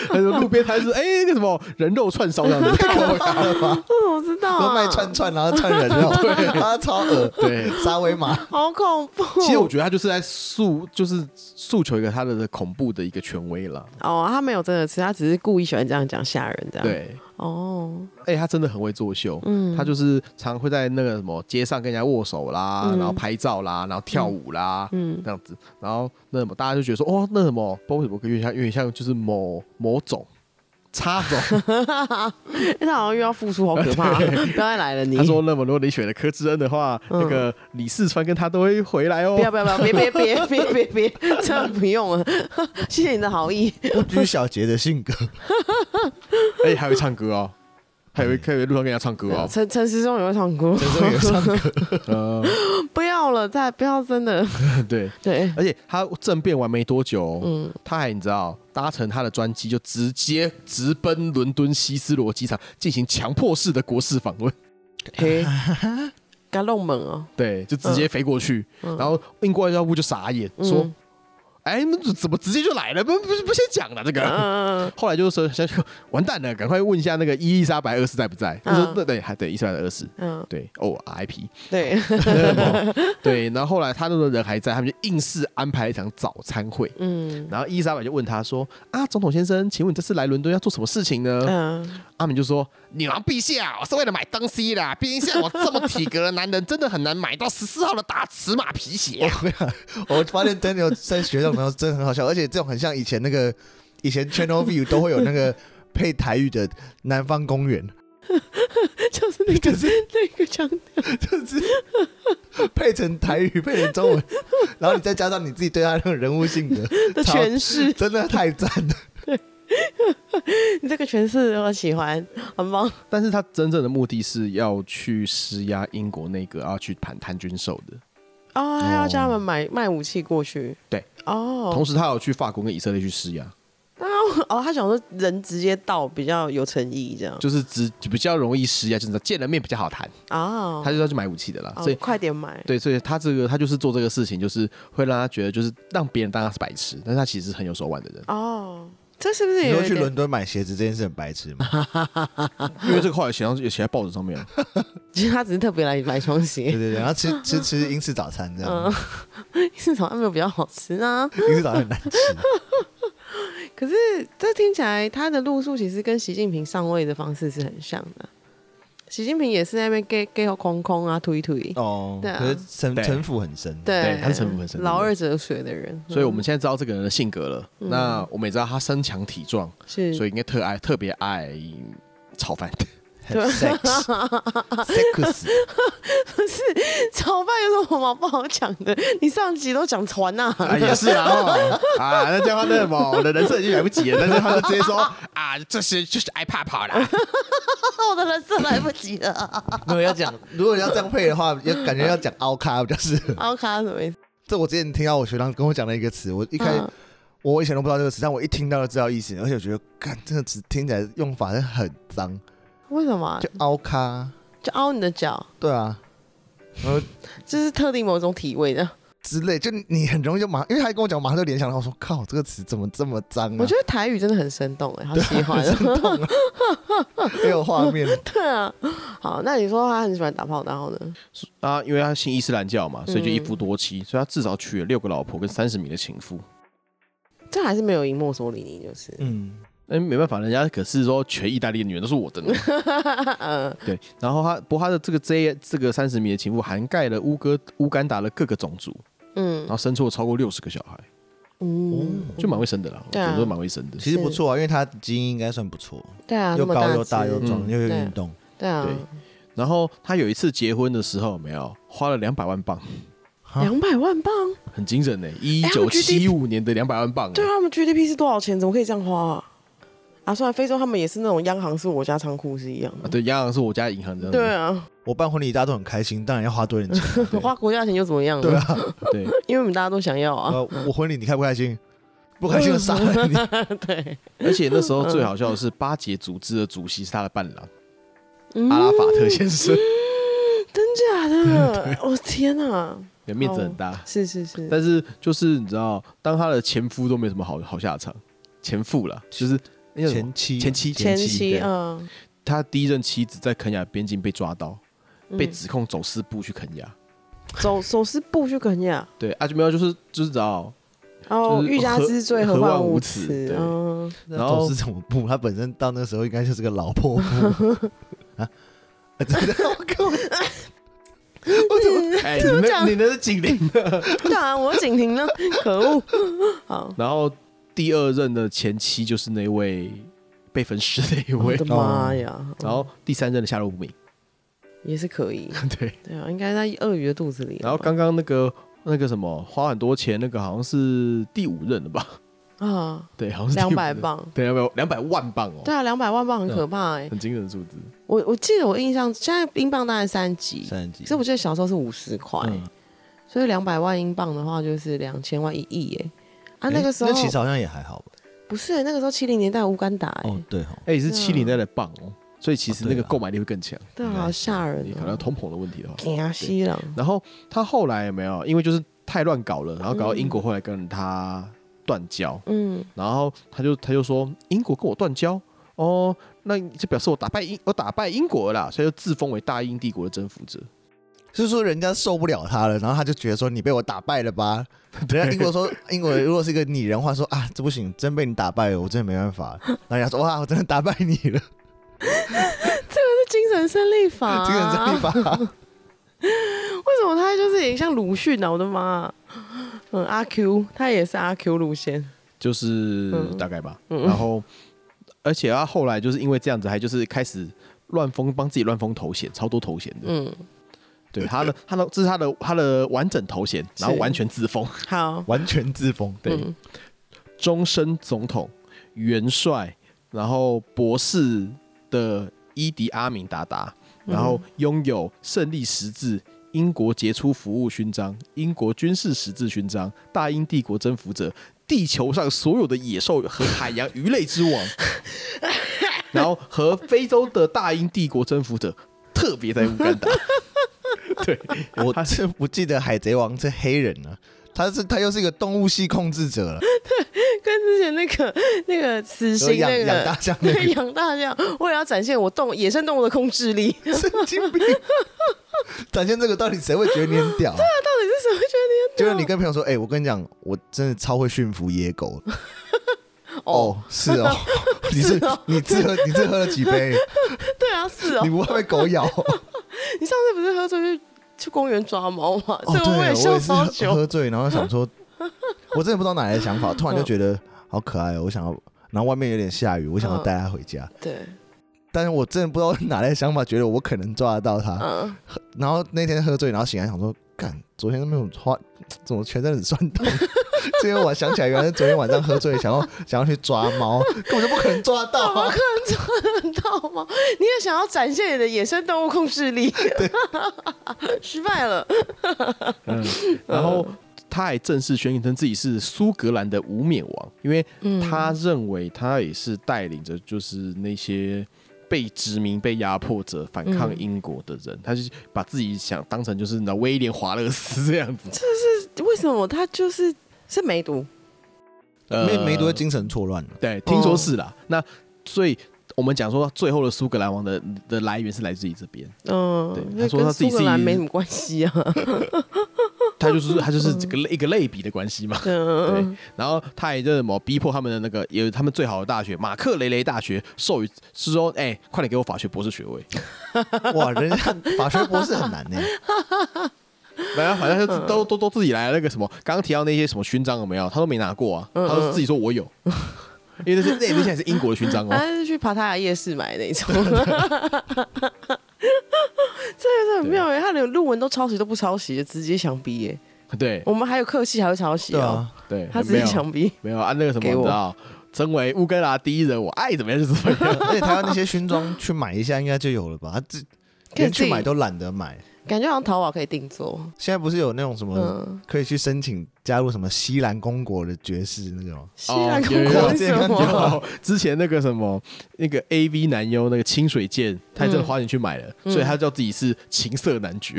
S2: 他说路边他是哎那个什么人肉串烧这样子，
S1: 太可怕了吧？
S3: 这我知道、
S1: 然后
S3: 啊，
S1: 卖串串，然后串人肉， 对，他超恶，
S2: 对。
S1: 沙威玛。
S3: 好恐怖。
S2: 其实我觉得他就是在诉，就是诉求一个他的恐怖的一个权威了。
S3: 哦，他没有真的吃，他只是故意喜欢这样讲吓人这样。，
S2: 对，
S3: 哦，
S2: 哎、他真的很会作秀。
S3: 啊嗯，
S2: 他就是常会在那个什么街上跟人家握手啦，
S3: 嗯
S2: 然后拍照啦，然后跳舞啦，
S3: 嗯
S2: 这样子。然后那什么，大家就觉得说，哦，那什么，不知道为什么有点像，有点像就是某某种插 种。
S3: 欸他好像又要付出，好可怕、不要再来了你。
S2: 他说，那么如果你选了柯志恩的话，
S3: 嗯
S2: 那个李四川跟他都会回来哦
S3: 不。要不要不要，别别别别别别，这样不用了， 谢谢你的好意。
S1: 我 居小杰的性格，
S2: 而且还会唱歌哦，还会可以路上跟人家唱歌哦。
S3: 陈陈时中也会唱歌，
S1: 陈松也上课，
S2: 呃，
S3: 不要了，再不要真的
S2: 对。
S3: 对，
S2: 而且他政变完没多久，
S3: 嗯，
S2: 他还你知道搭乘他的专机就直接直奔伦敦希斯罗机场进行强迫式的国事访问。
S3: 嘿，该弄猛哦，
S2: 对，就直接飞过去，
S3: 嗯
S2: 然后另外一部就傻眼，
S3: 嗯
S2: 说：“哎，那怎么直接就来了？不不不先讲了这个。
S3: 嗯嗯
S2: 后来就是说想想，完蛋了，赶快问一下那个伊丽莎白二世在不在？他说
S3: 嗯：“
S2: 那对，还对伊丽莎白二世，
S3: 嗯，嗯
S2: 对哦，IP，
S3: 对，
S2: 对。”然后后来他那个人还在，他们就硬是安排了一场早餐会。
S3: 嗯
S2: 然后伊丽莎白就问他说：“啊，总统先生，请问你这次来伦敦要做什么事情呢？”
S3: 嗯，
S2: 阿敏就说：“女王陛下，我是为了买东西啦。毕竟像我这么体格的男人，真的很难买到十四号的大尺码皮鞋、
S3: 哦
S2: 啊。
S1: 我发现 Daniel 在学这种东西真的很好笑，而且这种很像以前那个以前 Channel View 都会有那个配台语的南方公园，
S3: 就是那个那个腔调，
S1: 配成台语配成中文，然后你再加上你自己对他那种人物性格
S3: 的
S1: 超
S3: 诠释，
S1: 真的太赞了。
S3: 你这个诠释我喜欢，很棒。
S2: 但是他真正的目的是要去施压英国那个要去谈谈军售的。
S3: 哦，还要叫他们买卖武器过去。
S2: 对，同
S3: 哦，
S2: 时他有去法国跟以色列去施压，
S3: 那哦，他想说人直接到比较有诚意这样
S2: 就是只比较容易施压，就是见了面比较好谈，
S3: 啊，
S2: 他就要去买武器的啦。
S3: 哦
S2: 所以
S3: 快点买。
S2: 对，所以他这个他就是做这个事情，就是会让他觉得就是让别人当他是白痴，但是他其实是很有手腕的人。
S3: 哦，这是不是
S1: 你
S3: 有
S1: 说
S3: 一
S1: 去
S3: 点
S1: 伦敦买鞋子这件事很白痴 吗？
S2: 因为这个后来写上也写在报纸上面了。
S3: 其实他只是特别来买双鞋
S1: 对，对对，然后 吃吃吃英式早餐这
S3: 嗯
S1: 样，，
S3: 至少它没有比较好吃啊。
S1: 英式早餐很难 吃。
S3: 可是这听起来他的路数其实跟习近平上位的方式是很像的。习近平也是在那边 gay gay 和空空啊，推推。
S1: 哦，
S3: 对啊
S1: 可是城
S2: 对
S1: 城府很深。
S3: 对
S2: 对，他是城府很深的
S3: 老二哲学的人，嗯
S2: 所以我们现在知道这个人的性格了。那我们也知道他身强体壮，
S3: 是
S2: 所以应该特爱特别爱炒饭。
S3: 对
S1: ，sex，sex，
S3: 炒饭有什么不好讲的？你上集都讲船呐、啊，
S2: 啊，也是 啊，哦啊，那这样的话那什么，我的人生已经来不及了。但是他就直 接说啊，这是就是爱怕跑 啦。
S3: 我的人生来不及了。
S1: 没有要讲。如果要这样配的话，要感觉要讲凹咖比较适 合。
S3: 奥卡什么意思？
S1: 这我之前听到我学长跟我讲的一个词，我一开
S3: 嗯
S1: 我以前都不知道这个词，但我一听到就知道意思，而且我觉得，看这个词听起来用法是很脏，
S3: 为什么啊
S1: 就凹咖，
S3: 就凹你的脚？
S1: 对啊，呃
S3: 就是特定某种体位的。
S1: 之类，就你很容易就马，因为他跟我讲，我马上就联想到，我说靠，这个词怎么这么脏啊？
S3: 我觉得台语真的很生动哎、好 喜欢。
S1: 没有画面，
S3: 对啊，好，那你说他很喜欢打炮，然后呢？
S2: 啊，因为他信伊斯兰教嘛，所以就一夫多妻，所以他至少娶了六个老婆跟三十名的情妇。
S3: 这还是没有赢墨索里尼，就是，
S1: 嗯，
S2: 哎，没办法，人家可是说全意大利的女人都是我的呢。
S3: 嗯
S2: 对，然后他不过他的这个 J 这个三十名的情妇涵盖了乌哥乌干达的各个种族，然
S3: 嗯
S2: 后生出了超过六十个小孩，
S3: 嗯，
S2: 啊哦就蛮会生的啦。
S3: 对啊
S2: 我觉得蛮会生的。
S1: 其实不错啊，因为他基因应该算不错，
S3: 对啊，
S1: 又
S3: 那么
S1: 高
S3: 只
S1: 又大又壮
S2: 嗯
S1: 又有
S3: 对
S1: 运动，
S3: 对啊，
S2: 对然后他有一次结婚的时候，有没有花了两百万镑，
S1: 啊
S3: 两百万镑，
S2: 很精神呢、1一
S3: 哎他
S2: 九
S3: 们
S2: 七五年的两百万镑、
S3: 对啊，他们 GDP 是多少钱？怎么可以这样花啊？啊，算了，非洲他们也是那种央行是我家仓库是一样
S2: 啊，
S3: 的。
S2: 对，央行是我家银行这样子。
S3: 对啊，
S1: 我办婚礼大家都很开心，当然要花多点 钱。
S3: 花国家钱又怎么样？
S1: 对啊，
S2: 对，
S3: 因为我们大家都想要啊。
S1: 呃，我婚礼你开不开心？不开心就杀 了你。
S3: 对，
S2: 而且那时候最好笑的是，巴结组织的主席是他的伴郎、
S3: 嗯
S2: 阿拉法特先生，
S3: 真假的？我天哪！
S2: 对面子很大。
S3: 是是是，
S2: 但是就是你知道，当他的前夫都没什么好好下场，前夫啦，就是那叫什么
S1: 前妻，
S2: 前妻
S3: 前
S2: 妻
S3: 期
S2: 对
S3: 嗯，
S2: 他第一任妻子在肯雅边境被抓到，被
S3: 嗯
S2: 指控走私步去肯雅。
S3: 走走私步去肯亚，
S2: 对，阿、啊、就没有，就是就是你知道，
S3: 哦，
S2: 就是
S3: 欲加
S2: 何
S3: 之罪，
S2: 何
S3: 患
S2: 患无辞？
S3: 辞
S2: 对
S3: 嗯，
S1: 那
S2: 然后
S1: 走私怎么不？他本身到那时候应该就是个老泼 妇 啊！啊真的， 我靠！我怎么
S2: 哎、你那你那是警铃
S3: 对啊，我警停了，可 恶！好，
S2: 然后第二任的前妻就是那位被分尸的那
S3: 哦我
S2: 位
S3: 的，妈呀，
S2: 然后第三任的夏洛不明，
S3: 也是可以，
S2: 对，
S3: 对啊，应该在鳄鱼的肚子里了吧。
S2: 然后刚刚那个那个什么花很多钱，那个好像是第五任了吧？
S3: 啊，
S2: 对，好像是第五
S3: 两
S2: 任
S3: 百，磅，
S2: 对，两百两百万磅哦，
S3: 对啊，两百万磅很可怕哎、
S2: 很惊人的数字。
S3: 我我记得我印象，现在英镑大概三级，
S1: 三级
S3: 可是我记得小时候是五十块，
S1: 嗯
S3: 所以两百万英镑的话就是两千万一亿哎。啊，那个时候、
S1: 那其实好像也还好吧。
S3: 不是、欸、那个时候七零年代乌干达哎、
S1: 哦，对哦，
S2: 哎、是七零代的磅哦，所以其实
S1: 哦
S2: 那
S1: 对
S2: 个
S1: 啊
S2: 购买力会更强。
S3: 对啊，好吓人
S2: 你可能
S3: 哦！
S2: 通膨的问题的话，
S3: 惊死人，
S2: 然后他后来有没有？因为就是太乱搞了，然后搞到英国后来跟他断交，
S3: 嗯，
S2: 然后他就他就说英国跟我断交哦，那就表示我打败英我打败英国了啦，所以就自封为大英帝国的征服者。
S1: 是说人家受不了他了，然后他就觉得说你被我打败了 吧？人家英国说，英国如果是一个拟人话说啊，这不行，真被你打败了，我真的没办法。 然后人家说哇，我真的打败你了，
S3: 这精神胜利法、啊，
S1: 这个人真厉害。
S3: 为什么他就是也像鲁迅啊？我的妈啊、嗯，阿 Q，他也是阿 Q 路线，
S2: 就是
S3: 嗯
S2: 大概吧。
S3: 嗯
S2: 然后，而且他后来就是因为这样子，还就是开始乱封，帮自己乱封头衔，超多头衔的。
S3: 嗯，
S2: 对，他的他的这是他的他的完整头衔，然后
S3: 是
S2: 完全自封，
S3: 好，
S1: 完全自 封，
S2: 对，
S3: 嗯
S2: 终身总统、元帅，然后博士的伊迪阿敏达达，然后拥有胜利十字。英国杰出服务勋章、英国军事十字勋章、大英帝国征服者、地球上所有的野兽和海洋鱼类之王，然后和非洲的大英帝国征服者，特别在乌干达。对，
S1: 我是不记得海贼王是黑人了、他是他又是一个动物系控制者了，
S3: 跟之前那个那个死
S1: 说
S3: 刑
S1: 养
S3: 那
S1: 养大
S3: 个。
S1: 象那
S3: 对，
S1: 个
S3: 养大象，为了要展现我动野生动物的控制 力，到底
S1: 神经病。展现这个到底谁会觉得你很屌啊、
S3: 是谁会觉
S1: 就是
S3: 得你啊
S1: 你
S3: 很屌？
S1: 跟朋友说，哎、我跟你讲，我真的超会驯服野狗。
S3: 哦，
S1: 哦，是 哦， 你是
S3: 是哦
S1: 你自喝你自喝了几杯，
S3: 对啊，是哦
S1: 你，不会被狗 咬？哦
S3: 你上次不是喝醉去去公园抓猫吗？
S1: 哦，
S3: 这
S1: 对，
S3: 个
S1: 我
S3: 也笑
S1: 也是
S3: 超
S1: 喝
S3: 久，嗯
S1: 喝醉，然后想 说，我真的不知道哪来的想法，突然就觉得好可爱哦，我想要。然后外面有点下雨，我想要
S3: 嗯
S1: 带它回家，
S3: 对，
S1: 但是我真的不知道哪来的想法，觉得我可能抓得到它。
S3: 嗯，
S1: 然后那天喝醉，然后醒来想说，干，昨天都没有花，怎么全身很酸痛？ 这天我想起来，原来是昨天晚上喝醉，想要想要去抓猫，根本就不可能抓 到、啊。
S3: 你知道吗？你也想要展现你的野生动物控制 力， 失败了，
S2: 嗯，然后他还正式宣称自己是苏格兰的无冕王，因为
S3: 嗯
S1: 嗯
S2: 他认为他也是带领着就是那些被殖民、被压迫者反抗英国的人，他就把自己想当成就是那威廉·华勒斯这样子，
S3: 为什么他就是是梅毒？
S1: 梅梅毒
S2: 多
S1: 会精神错乱了，
S2: 呃对，听说是啦。那所以我们讲说最后的苏格兰王的的来源是来自于这边，对
S3: 嗯，
S2: 他
S3: 那
S2: 说他
S3: 跟
S2: 自己
S3: 苏
S2: 是
S3: 格兰没什么关系啊。
S2: 他就是他就是这个类一个类比的关系嘛。对
S3: 嗯，，
S2: 然后他也就是什么逼迫他们的那个有他们最好的大学马克雷雷大学授予是说，哎、快点给我法学博士学位。
S1: 哇，人家法学博士很难呢、
S2: 然后反正
S1: 嗯
S2: 就都都都自己来那个什么，刚刚提到那些什么勋章有没有？他都没拿过啊，
S1: 嗯
S2: 他都自己说我有，因为那是那那现在是英国的勋 章
S3: 他
S1: 哎
S2: 哦。
S3: 是去帕塔亚夜市买那种。这个是很妙耶，他连论文都抄袭都不抄袭，就直接想毕业。
S2: 对
S3: 我们还有课系还会抄袭
S1: 对
S3: 哦，
S1: 啊，
S2: 对，
S3: 他直
S2: 没
S3: 接
S2: 有
S3: 想毕。
S2: 没有啊，那个什么，
S3: 给
S2: 你
S3: 我
S2: 知道，成为乌干达第一人，我爱怎么样就怎 么样。哦
S1: 啊而且台湾那些勋章去买一下应该就有了吧？他自
S3: 可以
S1: 连
S3: 自
S1: 去
S3: 己
S1: 买都懒得买。
S3: 感觉好像淘宝可以定做。
S1: 现在不是有那种什么
S3: 嗯，
S1: 可以去申请加入什么西兰公国的爵士那种？
S3: 西兰公
S2: 有有有
S3: 国是什么？
S2: 有之前那个什么那个 A V 男优那个清水剑，他还真的花钱去买了，
S1: 嗯
S2: 所以他叫自己是情色男 爵，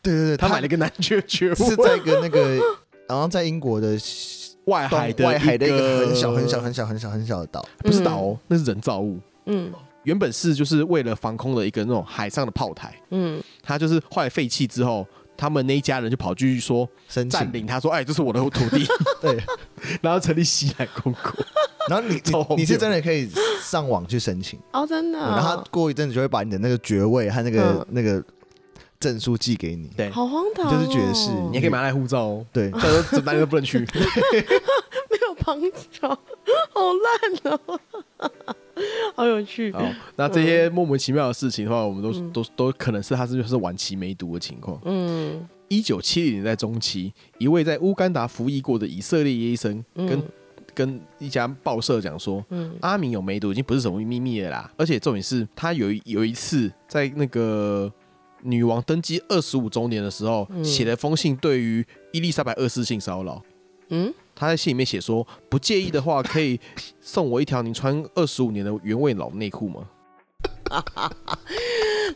S1: 对对对，
S2: 他买了一个男爵爵
S1: 是
S2: 物，
S1: 在一个那个，然后在英国的
S2: 外
S1: 东
S2: 海的
S1: 外海的一个很小很小
S2: 很
S1: 很小很小很小的岛。
S2: 不是岛哦，那是人造物，
S3: 嗯
S2: 原本是就是为了防空的一个那种海上的炮台，
S3: 嗯，
S2: 他就是后来废弃之后。他们那一家人就跑去说
S1: 申
S2: 占
S1: 请
S2: 领，他说：“哎，这是我的土地。
S1: 对，”
S2: 然后成立西南公国。
S1: 然后你
S2: 超
S1: 你你是真的可以上网去申请，
S3: 哦，真的
S1: 然后
S3: 啊
S1: 他，过一阵子就会把你的那个爵位和那个
S3: 嗯
S1: 那个证书寄给你。
S2: 对，
S3: 好荒唐哦，
S1: 就是爵士
S2: 你也可以买来护照哦。
S1: 对，
S2: 他说：“这男人不能去。
S3: 没有旁敲，好烂哦，好有趣”。
S2: 好，那这些莫名其妙的事情的话，我们都都都可能是他是就是晚期梅毒的情况。
S3: 嗯
S2: 一九七零年代中期，一位在乌干达服役过的以色列医生跟、跟一家报社讲说，
S3: 嗯
S2: 阿明有梅毒已经不是什么秘密了啦。而且重点是他有一有一次在那个女王登基二十五周年的时候，写了封信对于伊丽莎白二世性骚扰。
S3: 嗯，
S2: 他在信里面写说，不 介意的话可以送我一条您穿二十五年的原味老内裤吗？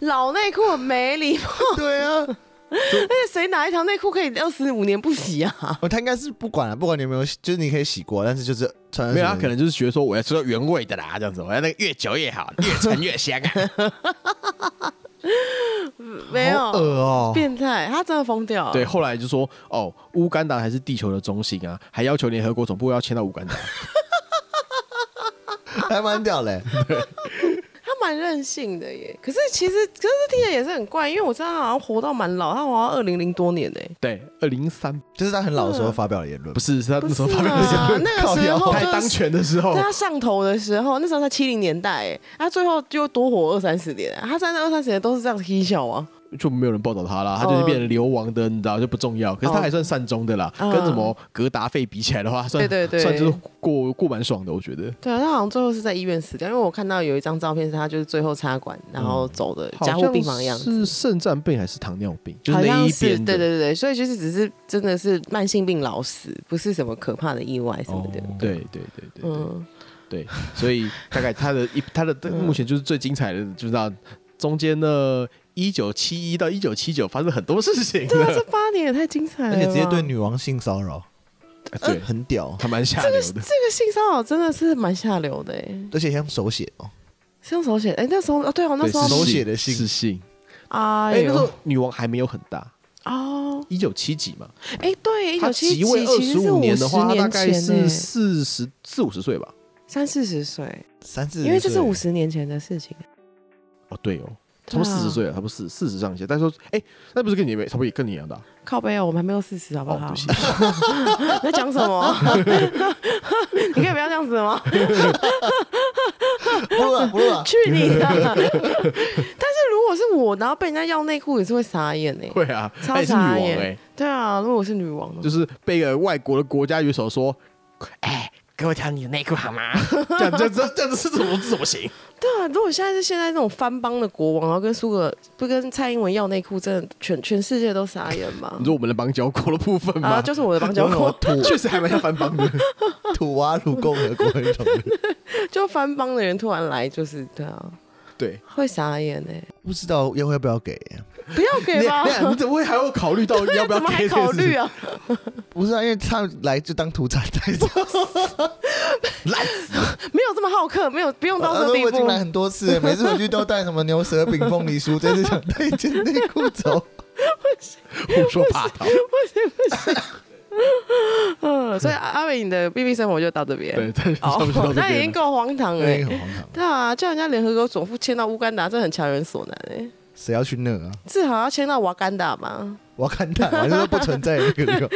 S3: 老内裤很没礼貌，
S1: 对啊，
S3: 而且谁哪一条内裤可以二十五年不洗啊？
S1: 哦，他应该是不管了，不管你有没有，就是你可以洗过，啊但是就是穿
S2: 没有，
S1: 什
S2: 他
S3: 嗯
S1: 么
S2: 可能就是觉得说我要吃到原味的啦，这样子，我要那个越久越好，越陈越香 啊。
S3: 没有，
S1: 好恶哦、
S3: 变态，他真的疯掉了。
S2: 对，后来就说哦，乌干达还是地球的中心啊，还要求联合国总部要迁到乌 干达。
S1: 还蛮屌欸嘞、
S3: 他蛮任性的耶。可是其实，可是听起来也是很怪，因为我知道他好像活到蛮老，他活到二零零多年呢。
S2: 对，二零三
S1: 就是他很老的
S3: 嗯
S1: 时候发表的言论，
S2: 不是是他
S3: 不
S2: 那时
S3: 是
S2: 候发表的时候，
S3: 啊，那个时候
S2: 他还当
S3: 就是。
S2: 权的时候
S3: 在，他上头的时候，那时候才七零年代，哎，他最后就多活二三十年啊，他在那二三十年都是这样嬉笑啊，
S2: 就没有人报道他啦，他就是变成流亡的，你知道就不重要。可是他还算善终的啦，
S3: 哦嗯
S2: 跟什么格达费比起来的话，算
S3: 对对对
S2: 算就是过过蛮爽的，我觉得。
S3: 对啊，他好像最后是在医院死掉，因为我看到有一张照片是他就是最后插管，然后走的
S2: 嗯好
S3: 家
S2: 像
S3: 护病房的样子，
S2: 是肾脏病还是糖尿病？就
S3: 好
S2: 是那
S3: 像
S2: 一
S3: 是
S2: 边的
S3: 对对对对，所以就是只是真的是慢性病老死，不是什么可怕的意外什么的，
S1: 哦
S2: 对对对对对
S3: 嗯。
S2: 对，所以大概他的一他的目前就是最精彩的，就是那中间呢，一九七一到一九七九发生很多事情
S3: 对啊，这
S2: 的，
S3: 八年也太精彩
S1: 而
S3: 了吧，
S1: 且直接对女王性骚扰，
S2: 对，
S1: 很屌，哦
S2: 还蛮下流的。
S3: 呃这个性骚扰真的是蛮下流的哎、
S1: 而且像手写哦、
S3: 是用手写哎、那时候啊对哦、那
S2: 对
S3: 时
S2: 是
S3: 候
S1: 手写的信
S2: 是信，
S3: 啊，
S2: 哎，
S3: 哎
S2: 那时候女王还没有很大，
S3: 哦，
S2: 一九七几嘛，
S3: 哎、对，一
S2: 她
S3: 九七
S2: 即位二
S3: 其
S2: 十
S3: 实是
S2: 五年的
S3: 十
S2: 话，她大
S3: 年
S2: 概
S3: 前
S2: 是
S3: 呢，
S2: 四十四五十岁吧。
S3: 三四十岁，
S1: 三四十岁，
S3: 因为这是五十年前的事情，
S2: 哦，对哦，差不多四十岁
S3: 啊
S2: 了，差不多四四十上下。但是说，哎，那不是跟你差不多也跟你一样大
S3: 靠背哦，我们还没有四十好不
S2: 哦，
S3: 好？
S2: 对不起。
S3: 你在讲什么？ 你可以不要这样子哦吗？
S1: 不录了不啊 录了，
S3: 去你的！啊 但是如果是我，然后被人家要内裤，也是会傻眼哎、
S2: 会 啊，
S3: 超
S2: 她也是女
S3: 傻
S2: 王
S3: 眼
S2: 哎。
S3: 对啊，如果我是女王呢
S2: 就是被一个外国的国家元首说
S5: 哎，给我条你的内裤好吗？
S2: 这样这样这样这样子是怎么这怎么行？
S3: 对啊，如果现在是现在这种翻帮的国王，然后跟苏格不跟蔡英文要内裤，真的全全世界都傻眼吧
S2: 你？说我们的邦交国的部分吗？
S3: 啊，就是我的邦交国，
S2: 确实还蛮像翻帮的，
S1: 土瓦鲁共和国那种的，
S3: 就翻帮的人突然来，就是对啊，
S2: 对。
S3: 会傻眼 哎、
S1: 不知道要要不要给？啊
S3: 不要
S2: 你
S3: 给吧？
S2: 你你怎么会还要考虑到要不 要
S3: 怎么还
S2: 给
S3: 考虑
S2: 啊？
S3: 啊？
S1: 不是啊，因为他来就当土产带 走，啊
S3: 没有这么好客，没有不用到这
S1: 呃
S3: 个地
S1: 我已经
S3: 步。
S1: 来 很多次了，每次回去都带什么牛舌饼、凤梨酥，这次想带一件内裤 走。
S2: 胡说八道。
S3: 嗯，所以阿阿伟，你的 B B 生活就到这边。
S2: 对，对，差不多
S3: 哦
S2: 到，这
S3: 那已
S2: 边
S3: 经
S2: 了。哎
S3: 够荒唐了、
S1: 那个很荒唐，
S3: 对啊，叫人家联合国总部迁到乌干达，这很强人所难哎、
S1: 谁要去那啊？
S3: 至少要迁到瓦干达吧。
S1: 我要看他，我就是不存在的那个地 方。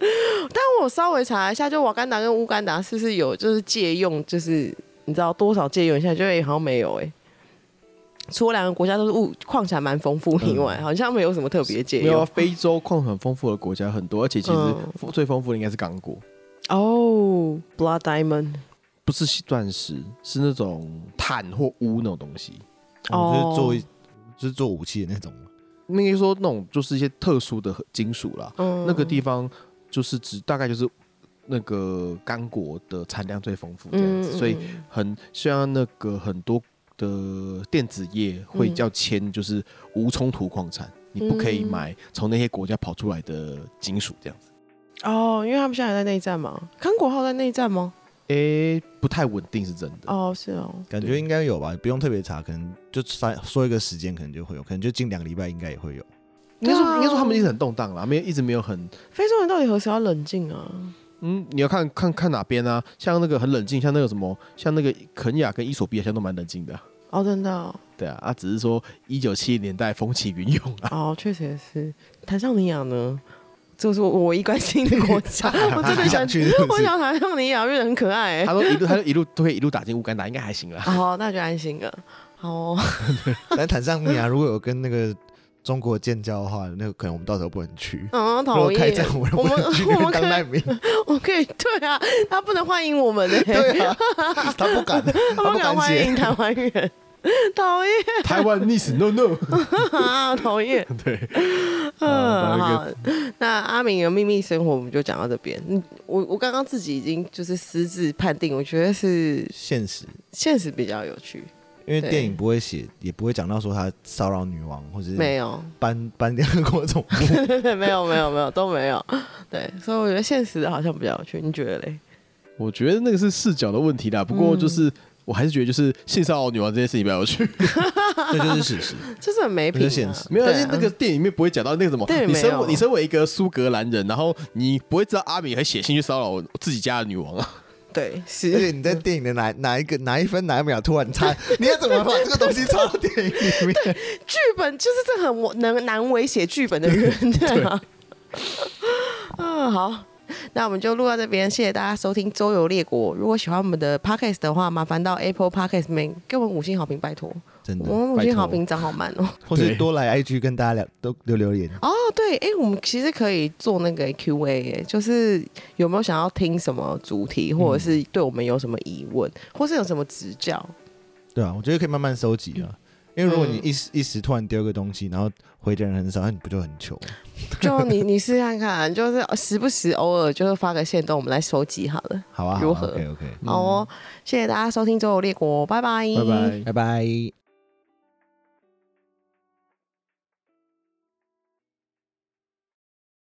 S3: 但我稍微查一下，就瓦干达跟乌干达是不是有就是借用，就是你知道多少借用一下，就会好像没有哎、除了两个国家都是物矿产蛮丰富以外，好像没有什么特别借
S2: 嗯没有
S3: 用
S2: 啊，非洲矿很丰富的国家很多，而且其实
S3: 嗯
S2: 最丰富的应该是刚果，
S3: 哦。Blood Diamond
S2: 不是钻石，是那种碳或钨那种东西。
S1: 我
S3: 哦
S1: 就是做，就是做武器的那种。
S2: 应该说那种就是一些特殊的金属啦，
S3: 嗯
S2: 那个地方就是只大概就是那个刚果的产量最丰富这样
S3: 嗯，
S2: 子，
S3: 嗯
S2: 所以
S3: 嗯
S2: 很像那个很多的电子业会
S3: 嗯
S2: 叫签，就是无冲突矿产，你不可以
S3: 嗯
S2: 买从那些国家跑出来的金属这样子。
S3: 哦，因为他们现在还在内战嘛，康国号在内战吗？
S2: 诶、不太稳定是真的。
S3: 哦，是哦，
S1: 感觉
S2: 对
S1: 应该有吧，不用特别查，可能就三说一个时间，可能就会有，可能就近两个礼拜应该也会有。
S2: 应该
S3: 对
S2: 说
S3: 啊
S2: 应该说他们一直很动荡啦，没有一直没有很
S3: 非洲人到底何时要冷静啊？
S2: 嗯，你要看看看哪边啊？像那个很冷静，像那个什么，像那个肯雅跟伊索比亚，像都蛮冷静的啊、
S3: 哦，真的哦，
S2: 对啊，啊，只是说一九七零年代风起云涌啊，
S3: 哦确实也是。坦桑尼亚呢，就是我唯一关心的国家， 我真的 想
S1: 想去 是不
S3: 我
S1: 是？
S3: 想坦桑尼亚，因为很可爱、欸。
S2: 他都一路他都一路都可以一路打进乌干达，应该还行 啦。
S3: 好，那就安心了。好、哦，
S1: 但坦桑尼亚如果有跟那个中国建交的话，那个可能我们到时候不能 去。
S3: 嗯，
S1: 如果
S3: 讨
S1: 开
S3: 厌
S1: 战，，我们
S3: 我
S1: 不
S3: 们
S1: 能去
S3: 我
S1: 那
S3: 们
S1: 边当
S3: 可以
S1: 难 民。
S3: 我可以对啊，他不能欢迎我们呢、欸
S1: 对啊，他不 敢，啊
S3: 他
S1: 他不
S3: 敢
S1: 敢
S3: 欢
S1: 写
S3: 迎。台湾人，讨厌
S2: 台湾历史 no no，
S3: 啊，讨厌。
S2: 对，
S3: 嗯，
S2: 好
S3: 好，那阿明的秘密生活我们就讲到这边。嗯，我我刚刚自己已经就是私自判定，我觉得是
S1: 现实
S3: 现实比较有趣。
S1: 因为
S3: 对
S1: 电影不会写，也不会讲到说他骚扰女王或者是
S3: 没有，
S1: 搬搬联合国总部。
S3: 没有，没有，没有，都没有。对，所以我觉得现实的好像比较有趣，你觉得嘞？
S2: 我觉得那个是视角的问题
S3: 嗯
S2: 啦，不过就是。我还是觉得就是性骚扰女王这件事情比较有趣，
S1: 这就是事实。
S3: 就是很没品、啊，
S1: 这是现实
S2: 没有，因
S3: 对啊
S2: 为那个电影里面不会讲到那个什么
S3: 电，影
S2: 你
S3: 没
S2: 身为
S3: 有
S2: 你身为一个苏格兰人，然后你不会知道阿米还写信去骚扰我自己家的女王啊，
S3: 对
S1: 而且
S3: 是。
S1: 你在电影的哪哪一个哪一分哪一秒突然插，你要怎么把这个东西插到电影里面？
S3: 剧本就是这很我能难为写剧本的 人，对吗？ 嗯，好，那我们就录到这边，谢谢大家收听《周游列国》。如果喜欢我们的 podcast 的话，麻烦到 Apple Podcast 里面给我们五星好评，拜托。
S1: 真
S3: 我
S1: 的，
S3: 们五星好评涨好慢哦。
S1: 或是多来 IG 跟大家聊，都留留言。
S3: 哦，对，哎、我们其实可以做那个 Q&A，哎就是有没有想要听什么主题，或者是对我们有什么疑问，或是有什么指教？
S1: 对啊，我觉得可以慢慢收集
S3: 嗯
S1: 啊。因为如果你一时一时突然丢个东西，然后回的人很少，那你不就很糗？
S3: 就你你试看看，就是呃时不时偶尔就是发个线动，我们来收集好了。
S1: 好啊，
S3: 如何哦
S1: ？OK OK，
S3: 嗯好哦，谢谢大家收听《周游列国》，拜拜，
S1: 拜拜。